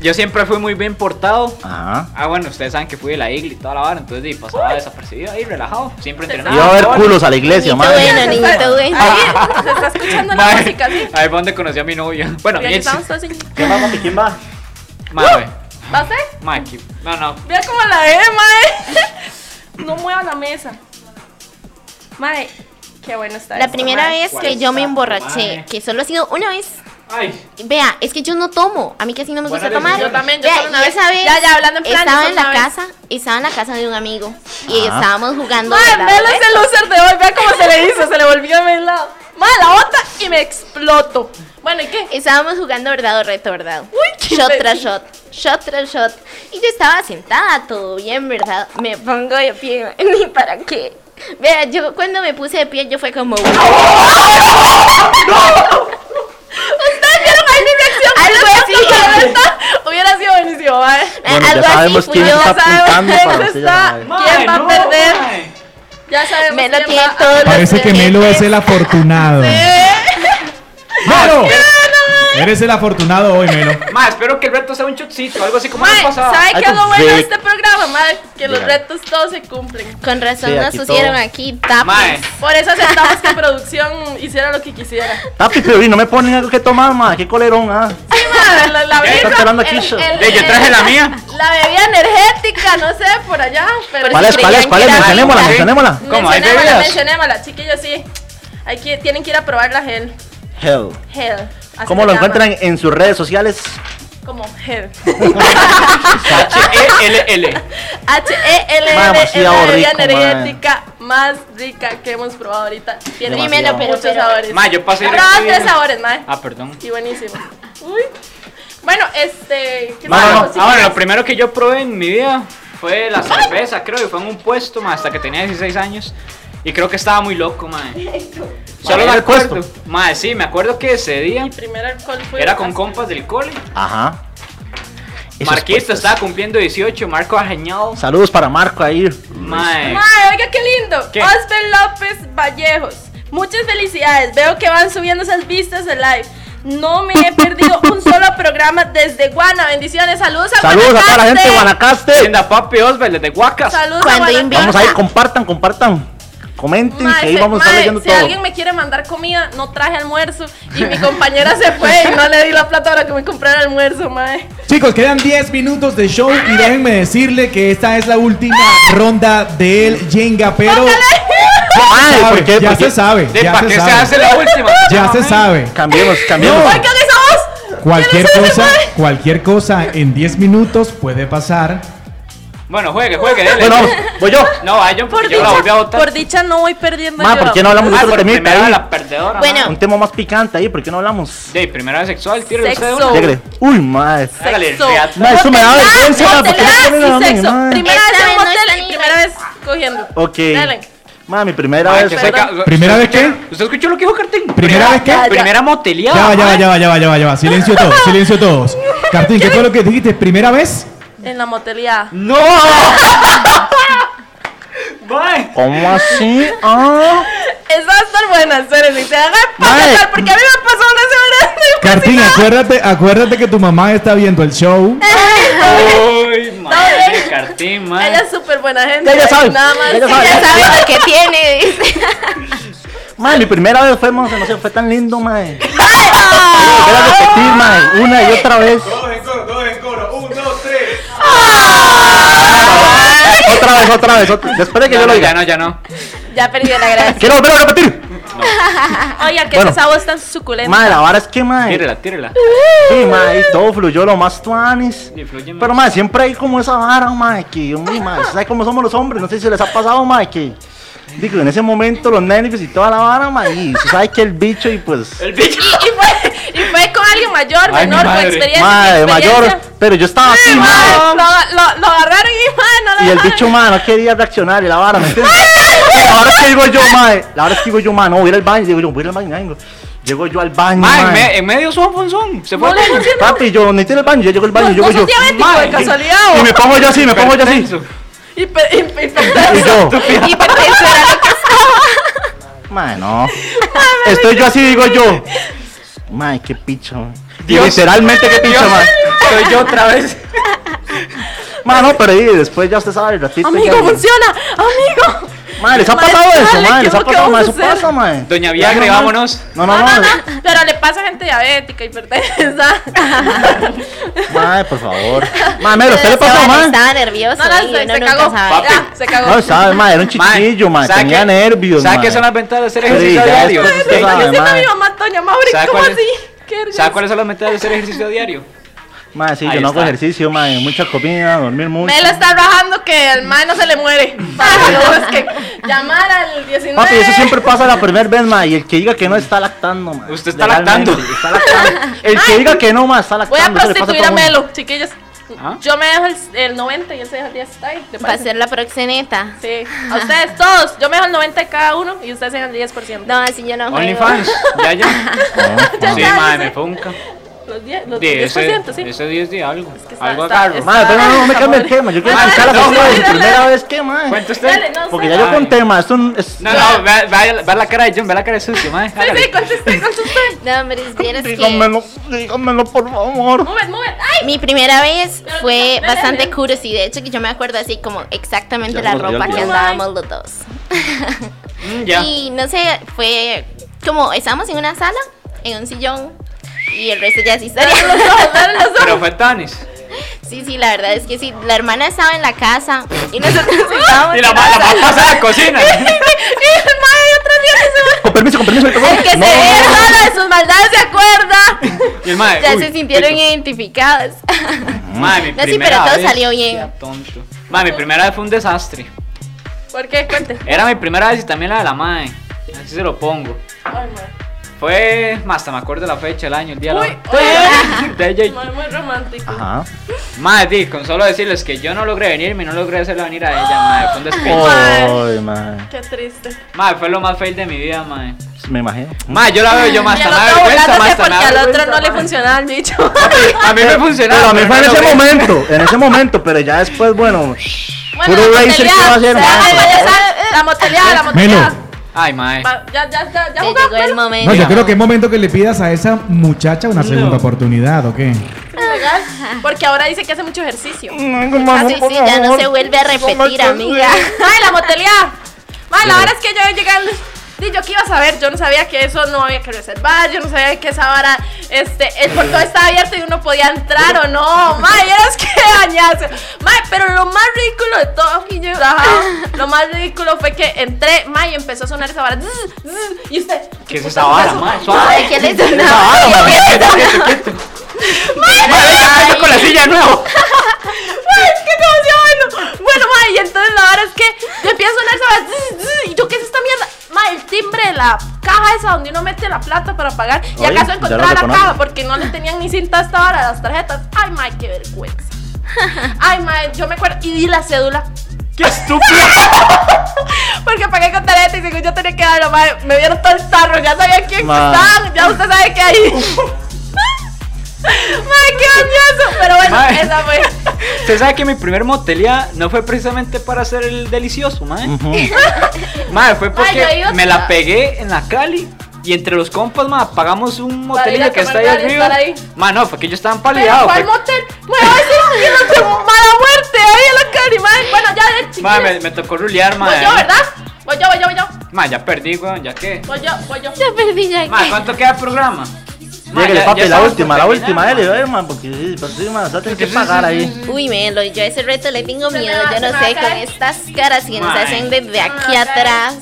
[SPEAKER 3] yo siempre fui muy bien portado.
[SPEAKER 1] Ajá.
[SPEAKER 3] Ah, bueno, ustedes saben que fui de la iglesia y toda la vara, entonces di, pasaba desapercibido ahí, relajado. Siempre entrenaba.
[SPEAKER 1] Iba a ver
[SPEAKER 3] solo.
[SPEAKER 1] culos a la iglesia,
[SPEAKER 4] Niñito bueno,
[SPEAKER 1] mae.
[SPEAKER 4] niñito bueno.
[SPEAKER 2] Ahí se está escuchando la
[SPEAKER 3] Mae,
[SPEAKER 2] música, sí.
[SPEAKER 3] Ahí fue donde conocí a mi novia. Bueno,
[SPEAKER 2] Y
[SPEAKER 3] mi
[SPEAKER 2] aquí
[SPEAKER 3] ex.
[SPEAKER 2] estamos todos así.
[SPEAKER 1] ¿Quién va, papi? ¿Quién va?
[SPEAKER 4] Eh,
[SPEAKER 3] Mae,
[SPEAKER 2] ¿Va a ser?
[SPEAKER 3] mae, que- no, no.
[SPEAKER 2] Vea cómo la ve, mae. No mueva la mesa. Mae, qué bueno está
[SPEAKER 4] La
[SPEAKER 2] esto,
[SPEAKER 4] primera
[SPEAKER 2] mae.
[SPEAKER 4] vez que yo me
[SPEAKER 3] Cuesta,
[SPEAKER 4] emborraché,
[SPEAKER 3] madre.
[SPEAKER 4] que solo ha sido una vez.
[SPEAKER 3] Ay,
[SPEAKER 4] Vea, es que yo no tomo. A mí casi no me gusta
[SPEAKER 3] Buena
[SPEAKER 4] tomar.
[SPEAKER 3] decisión. Yo
[SPEAKER 2] también, yo
[SPEAKER 4] Vea,
[SPEAKER 2] solo una
[SPEAKER 4] y
[SPEAKER 2] vez.
[SPEAKER 4] esa vez
[SPEAKER 2] Ya, ya, hablando en plan, yo
[SPEAKER 4] estaba
[SPEAKER 2] solo
[SPEAKER 4] en
[SPEAKER 2] una
[SPEAKER 4] la
[SPEAKER 2] vez.
[SPEAKER 4] casa, estaba en la casa de un amigo y
[SPEAKER 1] Ajá.
[SPEAKER 4] estábamos jugando.
[SPEAKER 2] Mae,
[SPEAKER 4] ¿verdad?
[SPEAKER 2] Melo es el loser de hoy. Vea cómo se le hizo, se le volvió a mi lado. Mae, la bota y me exploto. Bueno, ¿y qué?
[SPEAKER 4] Estábamos jugando verdad o reto, verdad.
[SPEAKER 2] qué
[SPEAKER 4] shot
[SPEAKER 2] imbécil.
[SPEAKER 4] tras shot, shot tras shot. Y yo estaba sentada, todo bien, ¿verdad? Me pongo de pie, ni para qué. Vea, yo cuando me puse de pie, yo fue como. ¡No! ¡Ustedes vieron ahí mi reacción! Algo así,
[SPEAKER 2] La verdad, hubiera sido buenísimo, mae.
[SPEAKER 1] Bueno,
[SPEAKER 4] algo
[SPEAKER 1] ya sabemos
[SPEAKER 4] así, fui
[SPEAKER 1] quién
[SPEAKER 4] yo.
[SPEAKER 1] está
[SPEAKER 2] Ya
[SPEAKER 1] apuntando
[SPEAKER 2] sabemos
[SPEAKER 1] para
[SPEAKER 2] quién
[SPEAKER 1] usted.
[SPEAKER 2] está.
[SPEAKER 1] ya,
[SPEAKER 2] ¿Quién va a perder?
[SPEAKER 3] mae.
[SPEAKER 2] Ya sabemos.
[SPEAKER 4] Me lo
[SPEAKER 2] quién
[SPEAKER 4] tiene
[SPEAKER 2] va a-
[SPEAKER 4] todo.
[SPEAKER 5] Parece que Melo es el afortunado. ¡Melo! Eres el afortunado hoy, Melo.
[SPEAKER 3] Mae, espero que el reto sea un chutcito, algo así como el
[SPEAKER 2] Mae,
[SPEAKER 3] año pasado.
[SPEAKER 2] ¿sabe qué es lo
[SPEAKER 1] Algo
[SPEAKER 2] bueno de
[SPEAKER 1] fake.
[SPEAKER 2] este programa, mae? Que los
[SPEAKER 1] Legal.
[SPEAKER 2] retos todos se cumplen.
[SPEAKER 4] Con razón
[SPEAKER 1] Sí,
[SPEAKER 4] nos
[SPEAKER 1] aquí
[SPEAKER 4] pusieron
[SPEAKER 1] todo.
[SPEAKER 4] aquí tapas.
[SPEAKER 3] Mae,
[SPEAKER 2] Por eso aceptamos que producción hiciera lo que quisiera.
[SPEAKER 1] Tapi, pero y no me ponen algo que tomar, ma. Qué colerón, ah.
[SPEAKER 2] Sí, mae, la, la
[SPEAKER 3] Ya está
[SPEAKER 2] birra,
[SPEAKER 1] esperando aquí,
[SPEAKER 2] el-
[SPEAKER 1] yo.
[SPEAKER 2] el-
[SPEAKER 3] ve, yo traje la mía.
[SPEAKER 2] La bebida energética, no sé, por allá. Pero
[SPEAKER 1] ¿Cuál
[SPEAKER 4] si
[SPEAKER 1] es, cuál es,
[SPEAKER 4] creían
[SPEAKER 1] cuál
[SPEAKER 4] que
[SPEAKER 1] es?
[SPEAKER 4] era
[SPEAKER 1] Mencionémosla,
[SPEAKER 3] algo, ¿sí?
[SPEAKER 1] mencionémosla.
[SPEAKER 3] ¿Cómo? ¿Hay
[SPEAKER 2] Mencionémosla,
[SPEAKER 3] bebidas?
[SPEAKER 2] mencionémosla, chiquillos, sí. Hay que, tienen que ir a probar la gel.
[SPEAKER 1] Hell.
[SPEAKER 2] Gel. así
[SPEAKER 1] ¿Cómo lo
[SPEAKER 2] se llama.
[SPEAKER 1] encuentran en sus redes sociales?
[SPEAKER 2] Como gel.
[SPEAKER 3] H-E-L-L.
[SPEAKER 1] Ma,
[SPEAKER 2] H-E-L-L E es
[SPEAKER 1] demasiado
[SPEAKER 2] la bebida
[SPEAKER 1] rico,
[SPEAKER 2] energética más rica que hemos probado ahorita. Tiene
[SPEAKER 1] Dímelo,
[SPEAKER 4] pero-
[SPEAKER 2] muchos
[SPEAKER 4] pero-
[SPEAKER 2] sabores.
[SPEAKER 3] Ma, yo pasé
[SPEAKER 2] He
[SPEAKER 3] directo
[SPEAKER 2] probado
[SPEAKER 3] bien.
[SPEAKER 2] tres sabores, mae.
[SPEAKER 3] Ah, perdón.
[SPEAKER 2] Y buenísimo. Uy. Bueno, este. ¿qué
[SPEAKER 3] Ma,
[SPEAKER 2] más?
[SPEAKER 3] no,
[SPEAKER 2] Pues, sí,
[SPEAKER 3] ah, bueno,
[SPEAKER 2] más.
[SPEAKER 3] lo primero que yo probé en mi vida fue la cerveza, creo, y fue en un puesto, ma, hasta que tenía 16 años. Y creo que estaba muy loco, ma. Solo me
[SPEAKER 1] ¿Era el puesto?
[SPEAKER 3] acuerdo. Ma, sí, me acuerdo que ese día
[SPEAKER 2] Mi primer alcohol fue.
[SPEAKER 3] era con compas del cole.
[SPEAKER 1] Ajá. Esos
[SPEAKER 3] Marquito
[SPEAKER 1] puestos.
[SPEAKER 3] estaba cumpliendo 18, Marco eh, Ajañado.
[SPEAKER 1] Saludos para Marco ahí.
[SPEAKER 3] Mae.
[SPEAKER 2] Mae, oiga qué lindo.
[SPEAKER 3] ¿Qué?
[SPEAKER 2] Osben López Vallejos. Muchas felicidades. Veo que van subiendo esas vistas de live. No me he perdido un solo programa desde Guana. Bendiciones. Saludos a
[SPEAKER 1] Saludos a toda la gente de Guanacaste.
[SPEAKER 3] Tienda Papi Osvaldo desde Huacas.
[SPEAKER 2] eh. Saludos
[SPEAKER 4] Cuando
[SPEAKER 2] a
[SPEAKER 4] invi-
[SPEAKER 2] Guanacaste.
[SPEAKER 1] Vamos ahí, compartan, compartan. Comenten
[SPEAKER 2] Mae,
[SPEAKER 1] que ahí
[SPEAKER 2] se-
[SPEAKER 1] vamos a estar
[SPEAKER 2] mae,
[SPEAKER 1] leyendo
[SPEAKER 2] si alguien
[SPEAKER 1] todo.
[SPEAKER 2] me quiere mandar comida, no traje almuerzo y mi compañera se fue y no le di la plata para que me comprara almuerzo, mae.
[SPEAKER 5] Chicos, quedan 10 minutos de show y déjenme decirle que esta es la última ronda del Jenga, pero
[SPEAKER 1] Ay,
[SPEAKER 5] sabe,
[SPEAKER 1] ¿por qué?
[SPEAKER 5] ya
[SPEAKER 1] ¿Por
[SPEAKER 5] se
[SPEAKER 1] qué?
[SPEAKER 5] sabe,
[SPEAKER 3] ¿De
[SPEAKER 5] ya
[SPEAKER 3] pa'
[SPEAKER 5] se
[SPEAKER 3] qué se
[SPEAKER 5] sabe.
[SPEAKER 3] hace la última?
[SPEAKER 5] Ya se sabe.
[SPEAKER 1] Cambiemos, cambiemos.
[SPEAKER 2] Oigan esa voz.
[SPEAKER 5] Cualquier
[SPEAKER 2] ¿Quién es ese
[SPEAKER 5] cosa,
[SPEAKER 2] mae?
[SPEAKER 5] cualquier cosa en 10 minutos puede pasar.
[SPEAKER 3] Bueno, juegue, juegue, dele.
[SPEAKER 1] Bueno, vamos, voy yo.
[SPEAKER 3] No, a yo,
[SPEAKER 2] Por
[SPEAKER 3] yo la volví a
[SPEAKER 2] dicha,
[SPEAKER 3] votar.
[SPEAKER 2] por dicha no voy perdiendo
[SPEAKER 1] Ma,
[SPEAKER 2] yo.
[SPEAKER 1] ¿por qué no hablamos de
[SPEAKER 3] Ah,
[SPEAKER 1] otro
[SPEAKER 3] por
[SPEAKER 1] temita
[SPEAKER 3] primera vez
[SPEAKER 1] ahí?
[SPEAKER 3] la perdedora.
[SPEAKER 4] Bueno.
[SPEAKER 3] ma.
[SPEAKER 1] Un tema más picante ahí, ¿por qué no hablamos?
[SPEAKER 3] De primera vez sexual, tírale usted
[SPEAKER 2] Sexo.
[SPEAKER 3] una.
[SPEAKER 1] Llegre. Uy, madre.
[SPEAKER 3] Hágale,
[SPEAKER 2] Sexo.
[SPEAKER 3] riata.
[SPEAKER 1] Ma, eso me da
[SPEAKER 2] Motelada,
[SPEAKER 1] vergüenza, ma, ¿por qué le
[SPEAKER 2] motelada
[SPEAKER 1] ponen a la
[SPEAKER 2] y
[SPEAKER 1] doña,
[SPEAKER 2] sexo.
[SPEAKER 1] ma?
[SPEAKER 2] Primera vez en un
[SPEAKER 4] Esta vez no
[SPEAKER 2] motel
[SPEAKER 4] está
[SPEAKER 2] y
[SPEAKER 4] ni
[SPEAKER 2] primera vez cogiendo.
[SPEAKER 1] Ok.
[SPEAKER 2] Dale.
[SPEAKER 1] Ma, mi primera
[SPEAKER 3] Ay,
[SPEAKER 1] vez.
[SPEAKER 3] que
[SPEAKER 1] fue-
[SPEAKER 3] se
[SPEAKER 2] perdón.
[SPEAKER 3] ca-
[SPEAKER 5] ¿Primera vez qué?
[SPEAKER 3] ¿Usted escuchó lo que dijo Cartín?
[SPEAKER 5] ¿Primera vez qué? Ya, ya.
[SPEAKER 3] Primera
[SPEAKER 5] Ya
[SPEAKER 3] moteleada.
[SPEAKER 5] va, ya va,
[SPEAKER 3] ma.
[SPEAKER 5] ya va, ya va, ya va, ya va. Silencio todos, silencio todos. Cartín, ¿qué fue lo que dijiste? ¿Primera vez?
[SPEAKER 2] En la motelía.
[SPEAKER 3] ¡No! Mae.
[SPEAKER 1] ¿Cómo así? Ah.
[SPEAKER 2] Esas va a estar buena, espérenme. Se haga
[SPEAKER 1] Mae.
[SPEAKER 2] pasar porque a mí me pasó una semana de
[SPEAKER 5] Cartín, acuérdate, acuérdate que tu mamá está viendo el show.
[SPEAKER 3] Uy, mae,
[SPEAKER 2] bien.
[SPEAKER 3] ese Cartín, mae.
[SPEAKER 2] Ella es súper buena gente.
[SPEAKER 1] Ya, ya saben.
[SPEAKER 2] Nada más.
[SPEAKER 1] Ya, ya saben.
[SPEAKER 4] Ya sabe lo que tiene, dice.
[SPEAKER 1] Ma, mi primera vez fue, ma, no sé, fue tan lindo, ma. Quiero repetir, ma, una y otra vez. Otra vez, otra vez. otra- Después de que
[SPEAKER 3] No,
[SPEAKER 1] yo lo
[SPEAKER 3] no, ya
[SPEAKER 1] diga.
[SPEAKER 3] no, ya no.
[SPEAKER 2] Ya perdí la gracia.
[SPEAKER 1] Quiero volver a repetir.
[SPEAKER 2] Oiga, que
[SPEAKER 1] Bueno.
[SPEAKER 2] esa voz tan suculenta.
[SPEAKER 1] Ma, la vara es que, ma,
[SPEAKER 3] Tírela, tírela.
[SPEAKER 1] sí, ma, y todo fluyó lo más tuanis.
[SPEAKER 3] Sí, fluye, ma.
[SPEAKER 1] Pero, ma, siempre hay como esa vara, ma, que, hombre, ma, ¿sabes cómo somos los hombres? No sé si les ha pasado, ma, que... Digo, en ese momento los nervios y toda la vara, ma, y se sabe que el bicho y pues...
[SPEAKER 3] El bicho.
[SPEAKER 2] Y fue, y fue con alguien mayor,
[SPEAKER 3] Ay, mi
[SPEAKER 2] menor, con
[SPEAKER 3] madre.
[SPEAKER 2] experiencia.
[SPEAKER 1] Madre,
[SPEAKER 2] sin experiencia.
[SPEAKER 1] mayor, pero yo estaba así,
[SPEAKER 2] Mae,
[SPEAKER 1] madre,
[SPEAKER 2] Lo, lo, lo agarraron y mae, no lo
[SPEAKER 1] y el
[SPEAKER 2] dejaron.
[SPEAKER 1] bicho, madre, no quería reaccionar, y la vara, ¿me entiendes? Y La vara es que digo yo, madre, la vara es que digo yo, madre, no, voy a ir al baño, digo yo, voy a ir al baño, vengo. llego yo al baño,
[SPEAKER 3] Mae, en,
[SPEAKER 1] madre,
[SPEAKER 3] me- en medio son funzón. Se fue.
[SPEAKER 2] No le
[SPEAKER 3] al baño.
[SPEAKER 2] funciona.
[SPEAKER 1] papi, yo necesito ir al baño, yo llego al baño,
[SPEAKER 2] ¿Vos-
[SPEAKER 1] llego
[SPEAKER 2] vos
[SPEAKER 1] yo,
[SPEAKER 2] sos diabético,
[SPEAKER 3] Mae.
[SPEAKER 2] de casualidad?
[SPEAKER 1] y
[SPEAKER 2] o-
[SPEAKER 1] me pongo yo así, me pongo yo así,
[SPEAKER 2] Y pe- y pe- y pe-
[SPEAKER 1] y yo,
[SPEAKER 4] Y pensó, era lo que
[SPEAKER 1] madre, no,
[SPEAKER 2] Ah,
[SPEAKER 1] estoy yo así, digo yo, madre, qué picha, mae. Y
[SPEAKER 3] Dios.
[SPEAKER 1] literalmente qué picha,
[SPEAKER 3] Dios,
[SPEAKER 1] madre,
[SPEAKER 3] Soy yo otra vez.
[SPEAKER 1] madre, no, pero y después ya usted sabe, el ratito,
[SPEAKER 2] Amigo,
[SPEAKER 1] ya-
[SPEAKER 2] funciona. Amigo.
[SPEAKER 1] madre, les ha
[SPEAKER 2] Mae,
[SPEAKER 1] pasado eso,
[SPEAKER 2] dale,
[SPEAKER 1] madre,
[SPEAKER 2] ¿qué
[SPEAKER 1] les ha
[SPEAKER 2] es lo que
[SPEAKER 1] pasado,
[SPEAKER 2] vamos
[SPEAKER 1] madre,
[SPEAKER 2] a
[SPEAKER 1] eso
[SPEAKER 2] hacer?
[SPEAKER 1] pasa, madre,
[SPEAKER 3] Doña
[SPEAKER 1] Ya,
[SPEAKER 3] Viagre,
[SPEAKER 1] no, mae.
[SPEAKER 3] vámonos.
[SPEAKER 1] no,
[SPEAKER 2] No,
[SPEAKER 1] no,
[SPEAKER 2] no,
[SPEAKER 1] no,
[SPEAKER 2] no. Pero le pasa a gente diabética, hipertensa.
[SPEAKER 1] Mae, por favor. Mae, Melo, Ah, ¿usted le pasó,
[SPEAKER 4] estaban-
[SPEAKER 1] mae?
[SPEAKER 4] Estaba nervioso.
[SPEAKER 2] No, no,
[SPEAKER 4] y
[SPEAKER 2] se,
[SPEAKER 4] uno
[SPEAKER 2] se
[SPEAKER 4] nunca
[SPEAKER 2] cagó.
[SPEAKER 4] sabe.
[SPEAKER 3] Papi.
[SPEAKER 2] Ya, se cagó.
[SPEAKER 1] No, sabe, mae, era un chiquillo, mae,
[SPEAKER 3] ¿sabe
[SPEAKER 1] tenía
[SPEAKER 3] qué-
[SPEAKER 1] nervios,
[SPEAKER 3] ¿Sabe
[SPEAKER 1] mae.
[SPEAKER 3] qué son las ventajas de hacer
[SPEAKER 1] Sí,
[SPEAKER 3] ejercicio
[SPEAKER 1] ya
[SPEAKER 3] diario?
[SPEAKER 1] después
[SPEAKER 2] Yo
[SPEAKER 1] usted sabe,
[SPEAKER 2] siento a
[SPEAKER 1] mae.
[SPEAKER 2] mi mamá, doña Mauri,
[SPEAKER 3] ¿Sabe
[SPEAKER 2] ¿cómo
[SPEAKER 3] cuál es?
[SPEAKER 2] así? Qué
[SPEAKER 3] ¿Sabes
[SPEAKER 2] vergüenza.
[SPEAKER 3] cuáles son las ventajas de hacer ejercicio diario?
[SPEAKER 1] Mae, sí,
[SPEAKER 3] Ahí
[SPEAKER 1] yo no hago
[SPEAKER 3] está.
[SPEAKER 1] ejercicio, mae, mucha comida, dormir mucho.
[SPEAKER 2] Me lo está rajando que al mae no se le muere. Mae, no, es que Llamar al 19.
[SPEAKER 1] Papi, eso siempre pasa la primera vez, ma. Y el que diga que no está lactando, ma.
[SPEAKER 3] Usted está
[SPEAKER 1] Legalmente,
[SPEAKER 3] lactando.
[SPEAKER 1] está lactando. El que diga que no, ma, está
[SPEAKER 2] Voy a
[SPEAKER 1] lactando. eso le pasa
[SPEAKER 2] prostituir a
[SPEAKER 1] todo mundo.
[SPEAKER 2] Melo, chiquillos.
[SPEAKER 3] ¿Ah?
[SPEAKER 2] Yo me dejo el, el 90 y él se deja el 10. Está ahí, ¿te
[SPEAKER 4] Para
[SPEAKER 2] parece?
[SPEAKER 4] hacer la proxeneta.
[SPEAKER 2] Sí, a ustedes todos. Yo me dejo el 90 de cada uno y ustedes se dejan el 10%.
[SPEAKER 4] No, así yo no. juego.
[SPEAKER 3] OnlyFans, ya, ya.
[SPEAKER 1] Ah,
[SPEAKER 3] Sí,
[SPEAKER 2] ya, ya.
[SPEAKER 3] madre, me funca.
[SPEAKER 2] Los 10, los
[SPEAKER 3] De
[SPEAKER 2] 10%,
[SPEAKER 3] ese,
[SPEAKER 2] sí.
[SPEAKER 3] ese 10 de algo.
[SPEAKER 2] que está-
[SPEAKER 3] algo
[SPEAKER 2] está-
[SPEAKER 3] agarro.
[SPEAKER 2] está-
[SPEAKER 1] Ma, pero no, no me cambie el tema. Yo quiero
[SPEAKER 2] Ah,
[SPEAKER 1] escuchar la
[SPEAKER 3] no,
[SPEAKER 1] forma de
[SPEAKER 2] no, no,
[SPEAKER 1] primera
[SPEAKER 2] no.
[SPEAKER 1] vez que, ma.
[SPEAKER 3] ¿Cuánto usted?
[SPEAKER 2] Dale, no,
[SPEAKER 1] Porque
[SPEAKER 2] sé.
[SPEAKER 1] ya yo
[SPEAKER 3] Ay.
[SPEAKER 1] conté, ma. Esto no es.
[SPEAKER 3] No, no, vea, vea- vea la cara de John, vea la cara de sucio, madre.
[SPEAKER 2] Sí, sí, contesté, contesté.
[SPEAKER 4] No, hombre, vieras que
[SPEAKER 1] Dígamelo, dígamelo, por favor.
[SPEAKER 2] Move it, move it. ¡Ay!
[SPEAKER 4] mi primera vez
[SPEAKER 2] Pero dale,
[SPEAKER 4] fue
[SPEAKER 2] dale,
[SPEAKER 4] bastante
[SPEAKER 2] dale.
[SPEAKER 4] curiosa y de hecho que yo me acuerdo así como exactamente la
[SPEAKER 1] lo- ya
[SPEAKER 4] ropa
[SPEAKER 1] lo-
[SPEAKER 4] que andábamos los dos.
[SPEAKER 3] Mm, Ya.
[SPEAKER 4] Y no sé, fue como estábamos en una sala, en un sillón y el resto ya es historia.
[SPEAKER 3] Pero fue Tanis.
[SPEAKER 4] Sí, sí, la verdad es que sí. La hermana estaba en la casa y nosotros estábamos.
[SPEAKER 3] Y la ma- la mamá pasa a la cocina.
[SPEAKER 1] Con permiso, con permiso. ahorita
[SPEAKER 4] El
[SPEAKER 1] vuelvo.
[SPEAKER 4] que se
[SPEAKER 1] No,
[SPEAKER 4] ve
[SPEAKER 1] no, no.
[SPEAKER 4] solo de sus maldades se acuerda.
[SPEAKER 3] Y el madre.
[SPEAKER 4] Ya
[SPEAKER 3] uy,
[SPEAKER 4] se sintieron
[SPEAKER 3] uy,
[SPEAKER 4] identificados.
[SPEAKER 3] Madre, mi
[SPEAKER 4] No, sí,
[SPEAKER 3] primera
[SPEAKER 4] pero todo
[SPEAKER 3] vez,
[SPEAKER 4] salió bien.
[SPEAKER 3] sea Tonto. Madre, mi primera vez fue un desastre.
[SPEAKER 2] ¿Por qué? Cuente.
[SPEAKER 3] Era mi primera vez y también la de la madre. Así se lo pongo.
[SPEAKER 2] Ay, madre.
[SPEAKER 3] Fue, más hasta me acuerdo la fecha, el año, el día, la
[SPEAKER 2] Uy,
[SPEAKER 3] hora.
[SPEAKER 2] oye.
[SPEAKER 3] De ella y-
[SPEAKER 2] Muy, muy romántico.
[SPEAKER 1] Ajá.
[SPEAKER 3] Madre, di, con solo decirles que yo no logré venirme, no logré hacerla venir a ella, madre. Fue un despecho.
[SPEAKER 1] Ay, ma.
[SPEAKER 2] Qué triste.
[SPEAKER 3] Madre, fue lo más fail de mi vida, madre.
[SPEAKER 1] Me imagino.
[SPEAKER 3] Madre, yo la veo yo más
[SPEAKER 2] Y el
[SPEAKER 3] hasta me da
[SPEAKER 2] otro
[SPEAKER 3] vergüenza, más
[SPEAKER 2] burlándose
[SPEAKER 3] hasta me
[SPEAKER 2] porque
[SPEAKER 3] da
[SPEAKER 2] al otro
[SPEAKER 3] vergüenza,
[SPEAKER 2] no le
[SPEAKER 3] madre.
[SPEAKER 2] funcionaba el bicho.
[SPEAKER 3] A mí me funcionaba.
[SPEAKER 1] Pero a mí fue en
[SPEAKER 3] no
[SPEAKER 1] ese
[SPEAKER 3] logré.
[SPEAKER 1] momento, en ese momento, pero ya después, bueno, puro racer que va a hacer,
[SPEAKER 2] Ay,
[SPEAKER 1] ma.
[SPEAKER 2] ya sabe, eh, La moteleada, la moteleada.
[SPEAKER 5] Melo.
[SPEAKER 3] Ay, eh, madre.
[SPEAKER 2] Va, Ya, ya, ya, ya
[SPEAKER 4] Ya
[SPEAKER 2] jugaba,
[SPEAKER 4] llegó el
[SPEAKER 2] pero
[SPEAKER 4] momento.
[SPEAKER 5] No, yo
[SPEAKER 3] Venga.
[SPEAKER 5] creo que es momento que le pidas a esa muchacha una segunda oportunidad, ¿o qué?
[SPEAKER 2] legal. Porque ahora dice que hace mucho ejercicio.
[SPEAKER 4] Ah, sí, sí, ya no se vuelve a repetir, amiga.
[SPEAKER 2] Ay, la moteleada. Madre, la verdad es que yo llegué al... Y yo qué iba a saber, yo no sabía que eso no había que reservar, yo no sabía que esa hora, este, el portón estaba abierto y uno podía entrar o no, madre, eras que bañarse, madre, pero lo más ridículo de todo, y yo, ajá, lo más ridículo fue que entré, madre, y empezó a sonar esa vara, zzz, zzz, y usted,
[SPEAKER 3] ¿Qué es esa vara, madre? Suave.
[SPEAKER 4] Ay, ¿qué le sonaba?
[SPEAKER 3] Madre, con la silla de nuevo.
[SPEAKER 2] ¡Ay, es que es demasiado bueno! Bueno, ma, y entonces la verdad es que yo empiezo a sonar esa vara, zzz, zzz, y yo, ¿qué es esta mierda? Ma, el timbre de la caja esa donde uno mete la plata para pagar y
[SPEAKER 1] Oye,
[SPEAKER 2] acaso
[SPEAKER 1] ya
[SPEAKER 2] encontraba
[SPEAKER 1] lo
[SPEAKER 2] la
[SPEAKER 1] reconoce.
[SPEAKER 2] caja porque no le tenían ni cinta hasta ahora a las tarjetas. ¡Ay, ma, qué vergüenza! Ay, ma, yo me acuerdo y di la cédula
[SPEAKER 3] ¡Qué estúpido!
[SPEAKER 2] porque pagué con tarjeta y según yo tenía que darlo, ma, me vieron todo el tarro, ya sabía quién
[SPEAKER 1] Ma.
[SPEAKER 2] estaban, ya usted sabe que ahí. ma, qué bañoso, pero bueno,
[SPEAKER 3] Ma.
[SPEAKER 2] esa fue.
[SPEAKER 3] Usted sabe que mi primer motelía no fue precisamente para hacer el delicioso, madre.
[SPEAKER 1] Mm.
[SPEAKER 3] Madre, fue porque
[SPEAKER 2] Ay, yo iba-
[SPEAKER 3] me la pegué en la Cali. Y entre los compas, madre, pagamos un
[SPEAKER 2] ir a
[SPEAKER 3] motelillo que está ahí
[SPEAKER 2] comer varios,
[SPEAKER 3] arriba.
[SPEAKER 2] estar ahí.
[SPEAKER 3] Madre, no, porque yo estaba
[SPEAKER 2] Pero
[SPEAKER 3] empaliado.
[SPEAKER 2] ¿cuál
[SPEAKER 3] fue-
[SPEAKER 2] motel? Me va a decir que los de mala muerte ahí en la cari, madre. Bueno, ya de chiquillos.
[SPEAKER 3] Madre, me, me tocó
[SPEAKER 2] Voy
[SPEAKER 3] rulear, madre.
[SPEAKER 2] Pues yo, ¿verdad? Voy yo, voy yo, voy yo.
[SPEAKER 3] Madre, ya perdí, weón, ya qué.
[SPEAKER 2] Voy yo, voy yo.
[SPEAKER 4] Ya perdí ya.
[SPEAKER 3] Madre, ¿cuánto queda el programa? Ma,
[SPEAKER 1] Llega
[SPEAKER 3] ya-
[SPEAKER 1] el papi,
[SPEAKER 3] ya
[SPEAKER 1] la
[SPEAKER 3] estamos
[SPEAKER 1] última,
[SPEAKER 3] por
[SPEAKER 1] la
[SPEAKER 3] terminar,
[SPEAKER 1] última,
[SPEAKER 3] ma.
[SPEAKER 1] dele, dale, man, porque sí, por sí, man, o sea, tienen que
[SPEAKER 3] Sí, sí, sí,
[SPEAKER 1] pagar
[SPEAKER 3] sí,
[SPEAKER 1] ahí.
[SPEAKER 4] Uy, Melo, yo a ese reto le tengo
[SPEAKER 2] Se me
[SPEAKER 4] miedo.
[SPEAKER 2] va-
[SPEAKER 4] Yo
[SPEAKER 2] se
[SPEAKER 4] no
[SPEAKER 2] me va
[SPEAKER 4] sé,
[SPEAKER 2] a
[SPEAKER 4] con
[SPEAKER 2] caer.
[SPEAKER 4] estas caras que nos
[SPEAKER 3] Mae.
[SPEAKER 4] hacen desde
[SPEAKER 2] me va
[SPEAKER 4] aquí
[SPEAKER 2] a caer.
[SPEAKER 4] atrás.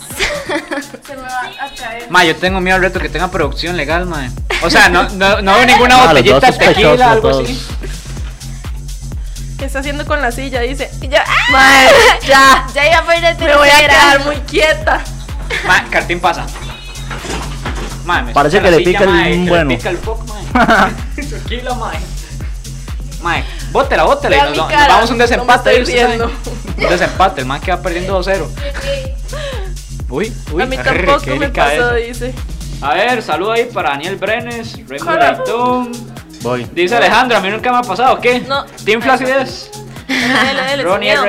[SPEAKER 2] Se me va a caer.
[SPEAKER 3] Ma, yo tengo miedo al reto que tenga producción legal, ma. O sea, no, no, no veo ninguna
[SPEAKER 1] Ma, Ah, los
[SPEAKER 3] botellita
[SPEAKER 1] dos
[SPEAKER 3] de tequila, algo
[SPEAKER 1] sospechosos
[SPEAKER 3] así.
[SPEAKER 2] ¿Qué está haciendo con la silla? Dice. Y yo, ¡ah!
[SPEAKER 4] Mae, ya, ya iba a perder
[SPEAKER 2] Me voy a quedar muy quieta.
[SPEAKER 3] Ma, Cartín pasa. Ma, me
[SPEAKER 1] Parece
[SPEAKER 3] suelta
[SPEAKER 1] que
[SPEAKER 3] la
[SPEAKER 1] le pica el-
[SPEAKER 3] ma, que
[SPEAKER 1] bueno.
[SPEAKER 3] Le pica el foc, ma. Tranquilo, ma. Ma, bótela, bótela. y
[SPEAKER 2] Vean
[SPEAKER 3] nos,
[SPEAKER 2] mi
[SPEAKER 3] nos
[SPEAKER 2] cara,
[SPEAKER 3] vamos a un
[SPEAKER 2] no me
[SPEAKER 3] desempate.
[SPEAKER 2] estoy
[SPEAKER 3] ahí, usted sabe.
[SPEAKER 2] riendo.
[SPEAKER 3] un desempate, el ma queda perdiendo 2-0. Uy, uy,
[SPEAKER 2] a mí
[SPEAKER 3] arre,
[SPEAKER 2] tampoco
[SPEAKER 3] qué
[SPEAKER 2] me
[SPEAKER 3] delicada
[SPEAKER 2] pasó,
[SPEAKER 3] esa.
[SPEAKER 2] dice.
[SPEAKER 3] A ver, saludo ahí para Daniel Brenes, Raymond
[SPEAKER 2] Hola.
[SPEAKER 3] Leitón.
[SPEAKER 1] Voy.
[SPEAKER 3] Dice Alejandro, a mí nunca me ha pasado, ¿qué?
[SPEAKER 2] No.
[SPEAKER 3] Team Flacidez.
[SPEAKER 2] Dale, dale, sin
[SPEAKER 3] Ronnie
[SPEAKER 2] miedo.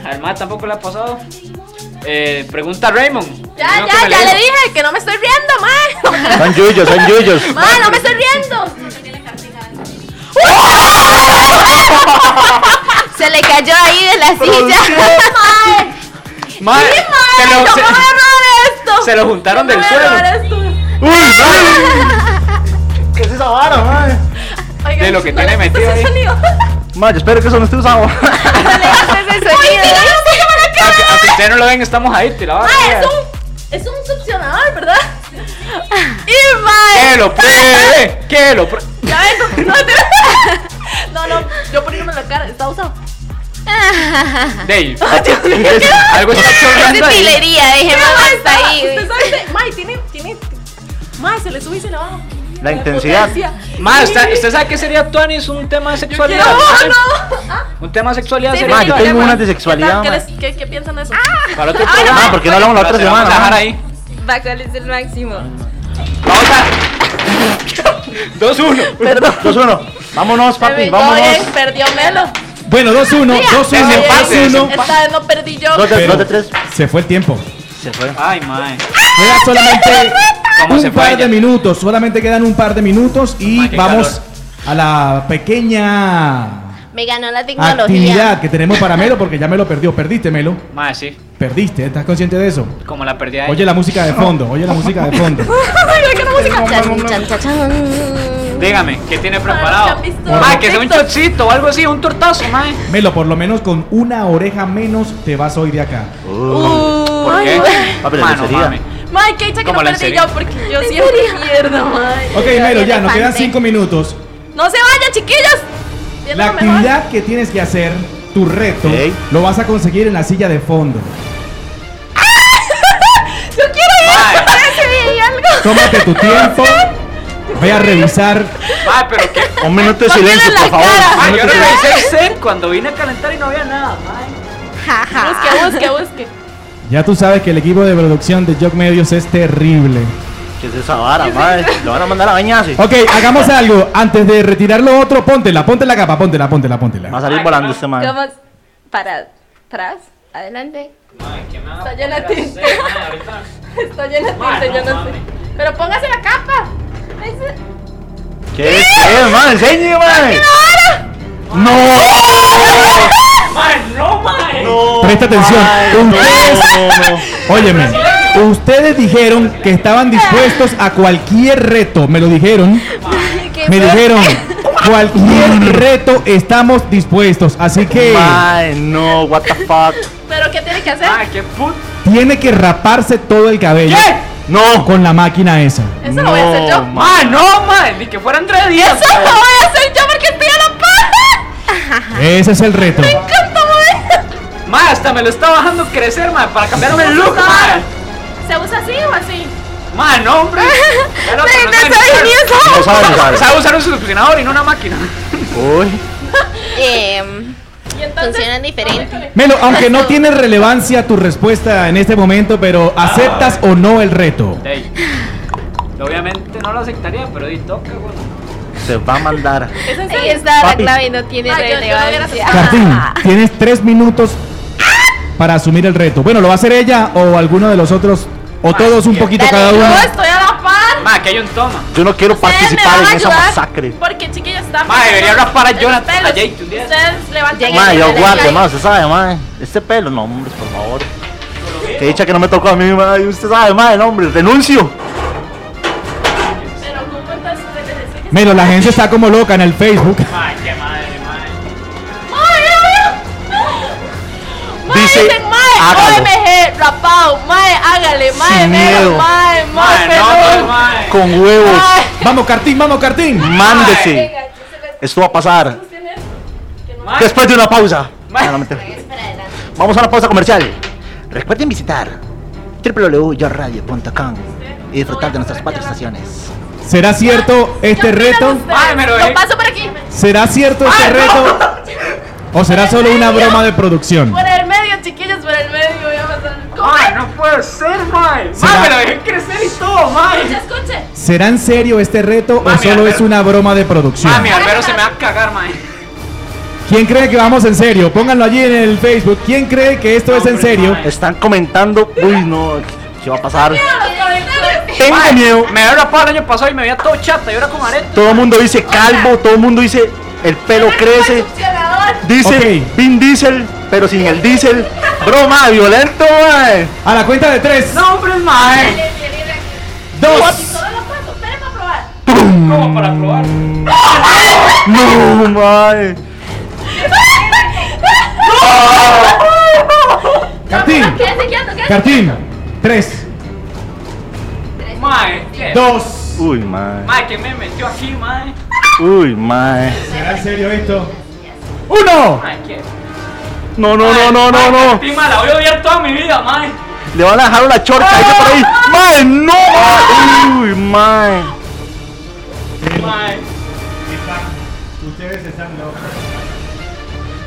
[SPEAKER 3] RD, al más tampoco le ha pasado. Eh, pregunta Raymond.
[SPEAKER 2] Ya,
[SPEAKER 3] Creo que
[SPEAKER 2] ya,
[SPEAKER 3] me
[SPEAKER 2] ya
[SPEAKER 3] leí.
[SPEAKER 2] le dije que no me estoy riendo, mae.
[SPEAKER 1] Son yuyos, son yuyos.
[SPEAKER 2] Mae, no me estoy riendo.
[SPEAKER 4] Se le cayó ahí de la silla.
[SPEAKER 2] Mae.
[SPEAKER 3] Mae,
[SPEAKER 2] Sí,
[SPEAKER 3] se
[SPEAKER 2] mae,
[SPEAKER 3] lo-
[SPEAKER 2] yo
[SPEAKER 3] se-
[SPEAKER 2] me voy a robar esto.
[SPEAKER 3] se lo juntaron
[SPEAKER 2] Yo me
[SPEAKER 3] del
[SPEAKER 2] voy a robar esto.
[SPEAKER 1] ¡Uy, man! ¿Qué es esa vara, man?
[SPEAKER 2] Oigan,
[SPEAKER 3] De lo que
[SPEAKER 2] no
[SPEAKER 3] tiene
[SPEAKER 2] le gusta
[SPEAKER 3] metido
[SPEAKER 2] ese
[SPEAKER 3] ahí.
[SPEAKER 2] sonido.
[SPEAKER 1] Man, yo espero que eso no esté usado.
[SPEAKER 4] Ese sonido.
[SPEAKER 3] A que- a que ustedes no lo ven, estamos ahí, te la van a
[SPEAKER 2] Ah,
[SPEAKER 3] ver.
[SPEAKER 2] es un, es un succionador, ¿verdad? Y mae.
[SPEAKER 3] ¡Que lo
[SPEAKER 2] pues.
[SPEAKER 3] pruebe! ¡Que lo pruebe!
[SPEAKER 2] Ya vengo. No, te- no, no, yo poniéndome la cara, está usado.
[SPEAKER 3] Dave. Algo está
[SPEAKER 4] Es
[SPEAKER 3] chorreando
[SPEAKER 4] de
[SPEAKER 3] ahí.
[SPEAKER 4] pilería, dejemos
[SPEAKER 2] pues,
[SPEAKER 4] hasta ahí.
[SPEAKER 2] Usted sabe, mae, tiene, tiene, mae, se le sube y se le baja.
[SPEAKER 1] La intensidad.
[SPEAKER 2] Potencia.
[SPEAKER 3] Ma, ¿usted, usted sabe qué sería Tuanis? Un tema de sexualidad.
[SPEAKER 2] quiero-
[SPEAKER 3] ¿sabe? Un tema de sexualidad
[SPEAKER 2] Sí, sí,
[SPEAKER 3] sería
[SPEAKER 1] Ah, Ma,
[SPEAKER 2] sí,
[SPEAKER 1] yo
[SPEAKER 2] sí,
[SPEAKER 3] Tuanis.
[SPEAKER 1] tengo
[SPEAKER 2] mae.
[SPEAKER 1] una de sexualidad,
[SPEAKER 2] Ah, ¿Qué, tal?
[SPEAKER 1] mae.
[SPEAKER 2] ¿Qué les- qué- qué piensan de eso?
[SPEAKER 3] Para otro
[SPEAKER 2] Ay,
[SPEAKER 3] programa.
[SPEAKER 1] Ah, porque no hablamos la otra
[SPEAKER 3] Pero se lo
[SPEAKER 1] semana.
[SPEAKER 3] Vamos a dejar
[SPEAKER 1] ma.
[SPEAKER 3] ahí.
[SPEAKER 6] Va, ¿cuál es el máximo?
[SPEAKER 3] Vamos a. 2-1.
[SPEAKER 1] Perdón. Dos, uno. Vámonos, papi,
[SPEAKER 2] Bebé,
[SPEAKER 1] vámonos.
[SPEAKER 2] no, eh, perdió Melo.
[SPEAKER 5] Bueno, 2-1,
[SPEAKER 2] Mira,
[SPEAKER 5] 2-1,
[SPEAKER 3] Ese pase, ese
[SPEAKER 5] 2-1.
[SPEAKER 2] Esta vez no perdí yo.
[SPEAKER 1] Dos de,
[SPEAKER 5] Pero
[SPEAKER 1] dos de tres.
[SPEAKER 5] se fue el tiempo.
[SPEAKER 1] Se fue.
[SPEAKER 3] Ay, mae.
[SPEAKER 5] Queda solamente
[SPEAKER 3] ¿Cómo se
[SPEAKER 5] un
[SPEAKER 3] fue
[SPEAKER 5] par de
[SPEAKER 3] ella?
[SPEAKER 5] minutos. Solamente quedan un par de minutos y
[SPEAKER 3] Ma, qué
[SPEAKER 5] vamos
[SPEAKER 3] calor.
[SPEAKER 5] a la pequeña
[SPEAKER 4] Me ganó la tecnología.
[SPEAKER 5] actividad que tenemos para Melo porque ya me lo perdió. Perdiste, Melo.
[SPEAKER 3] Mae, sí.
[SPEAKER 5] Perdiste, ¿estás consciente de eso?
[SPEAKER 3] Como la perdí ahí.
[SPEAKER 5] Oye la música de fondo, oye la música de fondo.
[SPEAKER 4] Chan, chan, chan, chan.
[SPEAKER 3] Dígame, ¿qué tiene
[SPEAKER 2] ¿qué
[SPEAKER 3] preparado?
[SPEAKER 2] han visto?
[SPEAKER 3] Ah, que sea un
[SPEAKER 2] TikTok.
[SPEAKER 3] chocito o algo así, un tortazo, mae.
[SPEAKER 5] Melo, por lo menos con una oreja menos te vas hoy de acá.
[SPEAKER 1] Uh,
[SPEAKER 3] ¿Por qué?
[SPEAKER 1] Papi, la
[SPEAKER 3] Mano,
[SPEAKER 1] lencería.
[SPEAKER 3] mame.
[SPEAKER 2] Mae, qué dicha que no
[SPEAKER 3] ¿Cómo la
[SPEAKER 2] perdí
[SPEAKER 3] enseñé?
[SPEAKER 2] yo porque yo siempre pierdo, mae.
[SPEAKER 5] Ok, Melo, ya, nos
[SPEAKER 4] elefante.
[SPEAKER 5] quedan cinco minutos.
[SPEAKER 2] No se vayan, chiquillos. Viene
[SPEAKER 5] La
[SPEAKER 2] lo mejor.
[SPEAKER 5] actividad que tienes que hacer, tu reto,
[SPEAKER 1] Ok.
[SPEAKER 5] lo vas a conseguir en la silla de fondo.
[SPEAKER 2] Yo quiero ir.
[SPEAKER 3] Mae.
[SPEAKER 2] Parece bien y algo.
[SPEAKER 5] Tómate tu tiempo, ve a revisar.
[SPEAKER 3] Mae, pero qué.
[SPEAKER 1] Un minuto de
[SPEAKER 2] No
[SPEAKER 1] silencio,
[SPEAKER 2] tiene
[SPEAKER 1] por
[SPEAKER 2] la cara.
[SPEAKER 1] favor.
[SPEAKER 3] Mae,
[SPEAKER 1] Un
[SPEAKER 3] yo
[SPEAKER 1] minuto de silencio.
[SPEAKER 3] revisé Excel cuando vine a calentar y no había nada, mae.
[SPEAKER 4] Ja, ja.
[SPEAKER 2] Busque, busque, busque.
[SPEAKER 5] Ya tú sabes que el equipo de producción de Jock Medios es terrible.
[SPEAKER 1] ¿Qué es esa vara, madre? Lo van a mandar a bañarse.
[SPEAKER 5] Ok, hagamos algo. Antes de retirar lo otro, póntela, póntela capa, póntela, póntela,
[SPEAKER 1] Va a
[SPEAKER 5] póntela.
[SPEAKER 1] salir volando este
[SPEAKER 5] Ah.
[SPEAKER 1] madre.
[SPEAKER 6] Vamos, para atrás,
[SPEAKER 4] Adelante.
[SPEAKER 3] Mae, ¿qué me va
[SPEAKER 2] Está llena de tinta. Está llena de tinta, yo no sé. Pero póngase la capa. Ese-
[SPEAKER 1] ¿Qué es? ¿Qué es, madre? Enseñe, madre. ¡No!
[SPEAKER 3] Mae, no, mae.
[SPEAKER 1] No,
[SPEAKER 5] Presta atención.
[SPEAKER 1] mae,
[SPEAKER 5] Un-
[SPEAKER 1] no, no, no.
[SPEAKER 5] Óyeme, ustedes dijeron que estaban dispuestos a cualquier reto, me lo dijeron. Me dijeron, cualquier reto estamos dispuestos. Así que
[SPEAKER 1] Mae, no, what the fuck.
[SPEAKER 2] ¿Pero qué tiene que hacer?
[SPEAKER 3] Mae, qué put.
[SPEAKER 5] tiene que raparse todo el cabello
[SPEAKER 1] No.
[SPEAKER 5] con la máquina esa.
[SPEAKER 2] Eso lo voy a hacer yo.
[SPEAKER 1] No, mae.
[SPEAKER 3] Mae, no, mae. Ni que fueran tres días.
[SPEAKER 2] Eso lo voy a hacer yo porque estoy a la paja.
[SPEAKER 5] Ese es el reto.
[SPEAKER 2] ¿Cuánto voy?
[SPEAKER 3] Mae, hasta me lo está bajando crecer, mae, para cambiarme el look, mae.
[SPEAKER 2] ¿Se usa así o así?
[SPEAKER 3] Mae, no, hombre. Ya lo
[SPEAKER 2] Ey,
[SPEAKER 3] que
[SPEAKER 2] no
[SPEAKER 3] no sabe
[SPEAKER 2] sabes ni
[SPEAKER 3] usar.
[SPEAKER 2] eso.
[SPEAKER 1] No sabe, no sabe.
[SPEAKER 3] Sabe usar un succionador y no una máquina.
[SPEAKER 1] Uy.
[SPEAKER 4] Em,
[SPEAKER 2] Y entonces.
[SPEAKER 4] funcionan diferente.
[SPEAKER 5] Melo, aunque no tiene relevancia tu respuesta en este momento, pero ¿aceptas o no el reto?
[SPEAKER 3] Ey. Obviamente no lo aceptaría, pero di toca, güey.
[SPEAKER 1] Se va a mandar.
[SPEAKER 2] ¿Es en
[SPEAKER 6] Ahí
[SPEAKER 2] serio?
[SPEAKER 6] está
[SPEAKER 5] Papi.
[SPEAKER 6] la clave, no tiene
[SPEAKER 2] Ah, yo- yo no hubiera
[SPEAKER 6] relevancia.
[SPEAKER 2] aceptado.
[SPEAKER 5] Martín, tienes tres minutos para asumir el reto. Bueno, ¿lo va a hacer ella o alguno de los otros? O todos un poquito
[SPEAKER 4] Dale,
[SPEAKER 5] cada
[SPEAKER 4] yo
[SPEAKER 5] uno.
[SPEAKER 2] Yo estoy a la par.
[SPEAKER 3] Ma, que hay un toma.
[SPEAKER 1] Yo no quiero
[SPEAKER 2] Ustedes me
[SPEAKER 1] participar
[SPEAKER 2] van a
[SPEAKER 1] en esa
[SPEAKER 2] ayudar
[SPEAKER 1] masacre.
[SPEAKER 2] Porque chiquillos están.
[SPEAKER 3] Ma, debería rapar a Jonathan,
[SPEAKER 2] pelos.
[SPEAKER 3] a Jake un día.
[SPEAKER 2] Ustedes levanten.
[SPEAKER 1] Mae, yo
[SPEAKER 4] Dale,
[SPEAKER 1] guardo,
[SPEAKER 4] dale.
[SPEAKER 1] mae, usted sabe, mae. Este pelo, no, hombre, por favor. Que dicha que no me tocó a mí, mae. Usted sabe, mae, no, hombre, renuncio.
[SPEAKER 2] Pero ¿cómo entonces ustedes deciden?
[SPEAKER 5] Melo, la gente está como loca en el Facebook.
[SPEAKER 3] Ma, qué madre, madre.
[SPEAKER 2] Ay, ay, ay.
[SPEAKER 1] Dice,
[SPEAKER 2] Mae, dicen, mae,
[SPEAKER 1] hágalo.
[SPEAKER 2] OMG, rapado, mae, hágale, mae,
[SPEAKER 1] Sin
[SPEAKER 2] negro,
[SPEAKER 1] miedo.
[SPEAKER 2] mae, mae,
[SPEAKER 3] no, no,
[SPEAKER 2] pelón.
[SPEAKER 3] mae.
[SPEAKER 1] Con huevos.
[SPEAKER 2] Mae.
[SPEAKER 5] Vamos, Cartín, vamos, Cartín.
[SPEAKER 1] Mándese. Esto va a pasar.
[SPEAKER 3] Ma,
[SPEAKER 1] Después de una pausa.
[SPEAKER 3] Mae.
[SPEAKER 1] Ah, no, mentira. Vamos a una pausa comercial. Recuerden visitar www.yorradio.com y disfrutar de nuestras cuatro estaciones.
[SPEAKER 5] ¿Será cierto
[SPEAKER 2] ¿Qué
[SPEAKER 5] este
[SPEAKER 2] opinan
[SPEAKER 5] reto?
[SPEAKER 2] ustedes?
[SPEAKER 3] Ay, me lo vi.
[SPEAKER 2] Lo paso por aquí.
[SPEAKER 5] ¿Será cierto este reto? ¿O será solo una broma de producción?
[SPEAKER 2] Por el medio, chiquillos, por el medio. Voy a pasar. ¿Cómo?
[SPEAKER 3] Ma, no puede ser, mae.
[SPEAKER 5] Será-
[SPEAKER 3] Ma, me lo dejé crecer y todo,
[SPEAKER 2] Escuche,
[SPEAKER 3] mae.
[SPEAKER 2] escuche.
[SPEAKER 5] ¿Será en serio este reto o
[SPEAKER 3] Mami,
[SPEAKER 5] solo
[SPEAKER 3] Alberto.
[SPEAKER 5] es una broma de producción?
[SPEAKER 3] Ma, mi albero se me va a cagar, mae.
[SPEAKER 5] ¿Quién cree que vamos en serio? Pónganlo allí en el Facebook. ¿Quién cree que esto es en serio?
[SPEAKER 1] Están comentando. Uy, no. ¿Qué va a pasar?
[SPEAKER 3] Mae,
[SPEAKER 1] Tengo miedo.
[SPEAKER 3] Me había rapado el año pasado y me veía todo chata y ahora con arete.
[SPEAKER 1] Todo el mundo dice calvo. Todo el mundo dice el pelo crece. Dice
[SPEAKER 5] Ok.
[SPEAKER 1] Vin Diesel, pero sin el diésel. Broma, violento, mae.
[SPEAKER 5] A la cuenta de tres,
[SPEAKER 3] No, hombre,
[SPEAKER 2] Eh,
[SPEAKER 3] mae.
[SPEAKER 5] dos,
[SPEAKER 3] Como para probar.
[SPEAKER 1] No, mae.
[SPEAKER 5] Cartín, Cartín, tres,
[SPEAKER 3] Mae, ¿qué?
[SPEAKER 5] dos.
[SPEAKER 1] Uy, mae.
[SPEAKER 3] Mae, que me metió aquí, mae.
[SPEAKER 1] Uy, mae.
[SPEAKER 5] ¿Será en serio esto? Uno,
[SPEAKER 3] Mae, ¿qué?
[SPEAKER 1] No, no, no, no, no, no.
[SPEAKER 3] Prima, la voy a odiar toda mi vida, mae.
[SPEAKER 1] Le van a dejar una chorca esa por ahí. ¡Mae, no! Uy, mae.
[SPEAKER 3] Mae.
[SPEAKER 5] Ustedes están locos.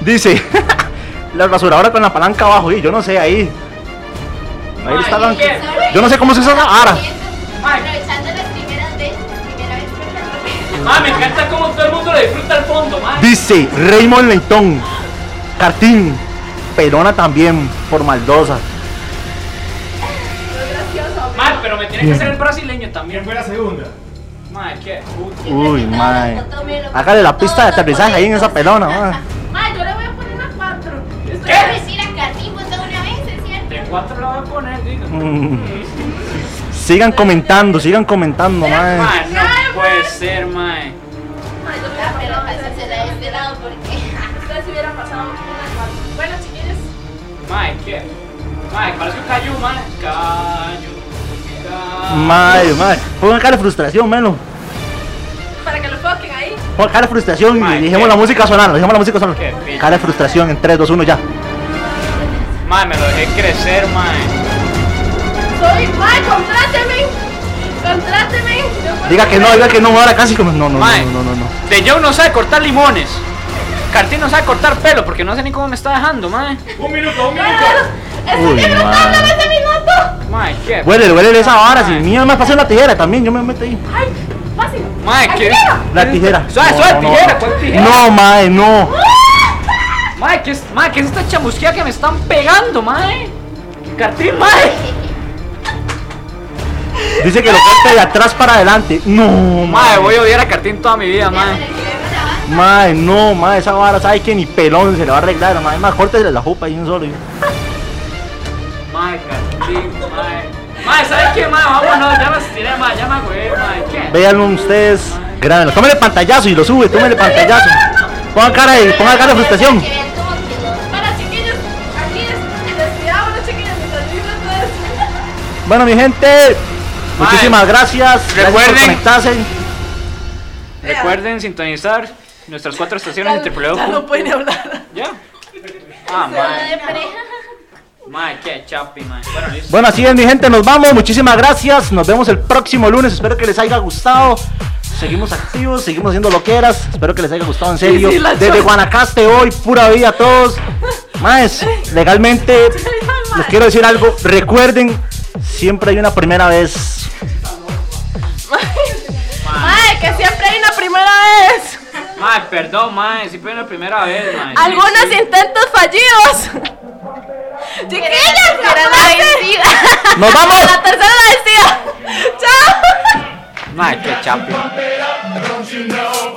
[SPEAKER 1] Dice, la rasuradora con la palanca abajo. Y yo no sé ahí. Ahí está la... Yo no sé cómo se usa la ara.
[SPEAKER 4] Aprovechando las primeras veces, primera vez que
[SPEAKER 3] Mae, me encanta cómo todo el mundo le disfruta al fondo, mae.
[SPEAKER 1] Dice Raymond Leitón, Cartín, Perona también, por maldosa.
[SPEAKER 3] Mae, pero me tiene que ser el brasileño también.
[SPEAKER 5] fue la segunda?
[SPEAKER 3] Mae, qué puto.
[SPEAKER 1] Uy, mae. Hágale la pista de aterrizaje ahí en esa pelona, mae.
[SPEAKER 2] Mae, yo le voy a poner una 4.
[SPEAKER 3] ¿Qué?
[SPEAKER 4] decir a Cartín votó una vez, ¿es cierto?
[SPEAKER 3] De cuatro la voy a poner, digo.
[SPEAKER 1] Mm. Sigan comentando, sigan comentando, mae.
[SPEAKER 3] Mae, no puede ser, mae.
[SPEAKER 4] Ah, pero pásasela de este lado porque.
[SPEAKER 2] Ustedes hubieran pasado una 4. Bueno, chiquillos.
[SPEAKER 3] Mae, qué. Mae, parece un cayú, mae. Cayú. cayú.
[SPEAKER 1] Mae, mae. Pongan cara de frustración, melo.
[SPEAKER 2] Para que lo toquen ahí.
[SPEAKER 1] Pongan cara de frustración
[SPEAKER 3] Mae,
[SPEAKER 1] y dejemos
[SPEAKER 3] qué-
[SPEAKER 1] la música sonar, dejemos la música sonar.
[SPEAKER 3] qué pinche.
[SPEAKER 1] Cara de frustración en 3, 2, 1 ya.
[SPEAKER 3] Mae, me lo dejé crecer, mae.
[SPEAKER 2] Soy, mae, contráteme. Contráteme. Yo-
[SPEAKER 1] Diga que no, diga que no, ahora casi como. No, no, no,
[SPEAKER 3] Mae.
[SPEAKER 1] no, no, no.
[SPEAKER 3] De Joe no sabe cortar limones. Cartín no sabe cortar pelo porque no sé ni cómo me está dejando, mae.
[SPEAKER 5] Un minuto, un
[SPEAKER 1] Uy, mae.
[SPEAKER 2] ¡Dame mi moto!
[SPEAKER 3] Mae, qué.
[SPEAKER 1] Huele, huele esa vara, si
[SPEAKER 3] Mae.
[SPEAKER 1] mía me pasé la tijera también, yo me meto ahí.
[SPEAKER 2] ¡Ay, fácil!
[SPEAKER 3] Mae, qué.
[SPEAKER 1] La tijera.
[SPEAKER 3] Suave,
[SPEAKER 1] No,
[SPEAKER 3] suave,
[SPEAKER 1] no, no.
[SPEAKER 3] tijera, ¿cuál tijera?
[SPEAKER 1] No, mae, no.
[SPEAKER 3] Mae, ¿qué es, mae, ¿qué es esta chamusquea que me están pegando, mae? Cartín, mae.
[SPEAKER 1] Dice que lo corta de atrás para adelante. No,
[SPEAKER 3] Mae, voy a odiar a Cartín toda mi vida, mae.
[SPEAKER 1] Mae, no, mae, esa vara sabe que ni pelón se le va a arreglar, mae, más córtele la jupa ahí un solo.
[SPEAKER 3] Mae, Cartín, mae. Mae, ¿sabes qué, mae? Vámonos, ya me estiré, mae, ya me agüé, mae. ¿Qué?
[SPEAKER 1] Véanlo ustedes, grábenlo. Tómele pantallazo y lo sube, tómele pantallazo. Ponga cara de, ponga cara de frustración.
[SPEAKER 4] Que vean cómo quedó.
[SPEAKER 2] Para chiquillos, aquí es. Despidámonos, chiquillos, mientras viven ustedes.
[SPEAKER 1] Bueno, mi gente, muchísimas gracias. Gracias por
[SPEAKER 3] Recuerden-
[SPEAKER 1] conectarse.
[SPEAKER 3] Recuerden sintonizar nuestras cuatro estaciones entre
[SPEAKER 2] Ya no pueden hablar.
[SPEAKER 3] ¿Ya? Ah, mae.
[SPEAKER 4] De pareja.
[SPEAKER 3] Mae, qué chapi, mae. Bueno, listo.
[SPEAKER 1] Bueno, así es, mi gente, nos vamos. Muchísimas gracias. Nos vemos el próximo lunes. Espero que les haya gustado. Seguimos activos, seguimos haciendo loqueras. Espero que les haya gustado en serio.
[SPEAKER 2] sí, la
[SPEAKER 1] Desde
[SPEAKER 2] chota.
[SPEAKER 1] Guanacaste hoy, pura vida a todos. Más, legalmente, les quiero decir algo. Recuerden, siempre hay una primera vez.
[SPEAKER 2] Mae, que siempre hay una primera vez.
[SPEAKER 3] Mae, perdón, mae. Si fue la primera vez, mae.
[SPEAKER 2] Algunos intentos fallidos. Chiquillos,
[SPEAKER 4] Era la vencida.
[SPEAKER 1] ¡Nos vamos!
[SPEAKER 2] La tercera la decía. Chao.
[SPEAKER 3] Mae, qué chapi.
[SPEAKER 7] Don't you know?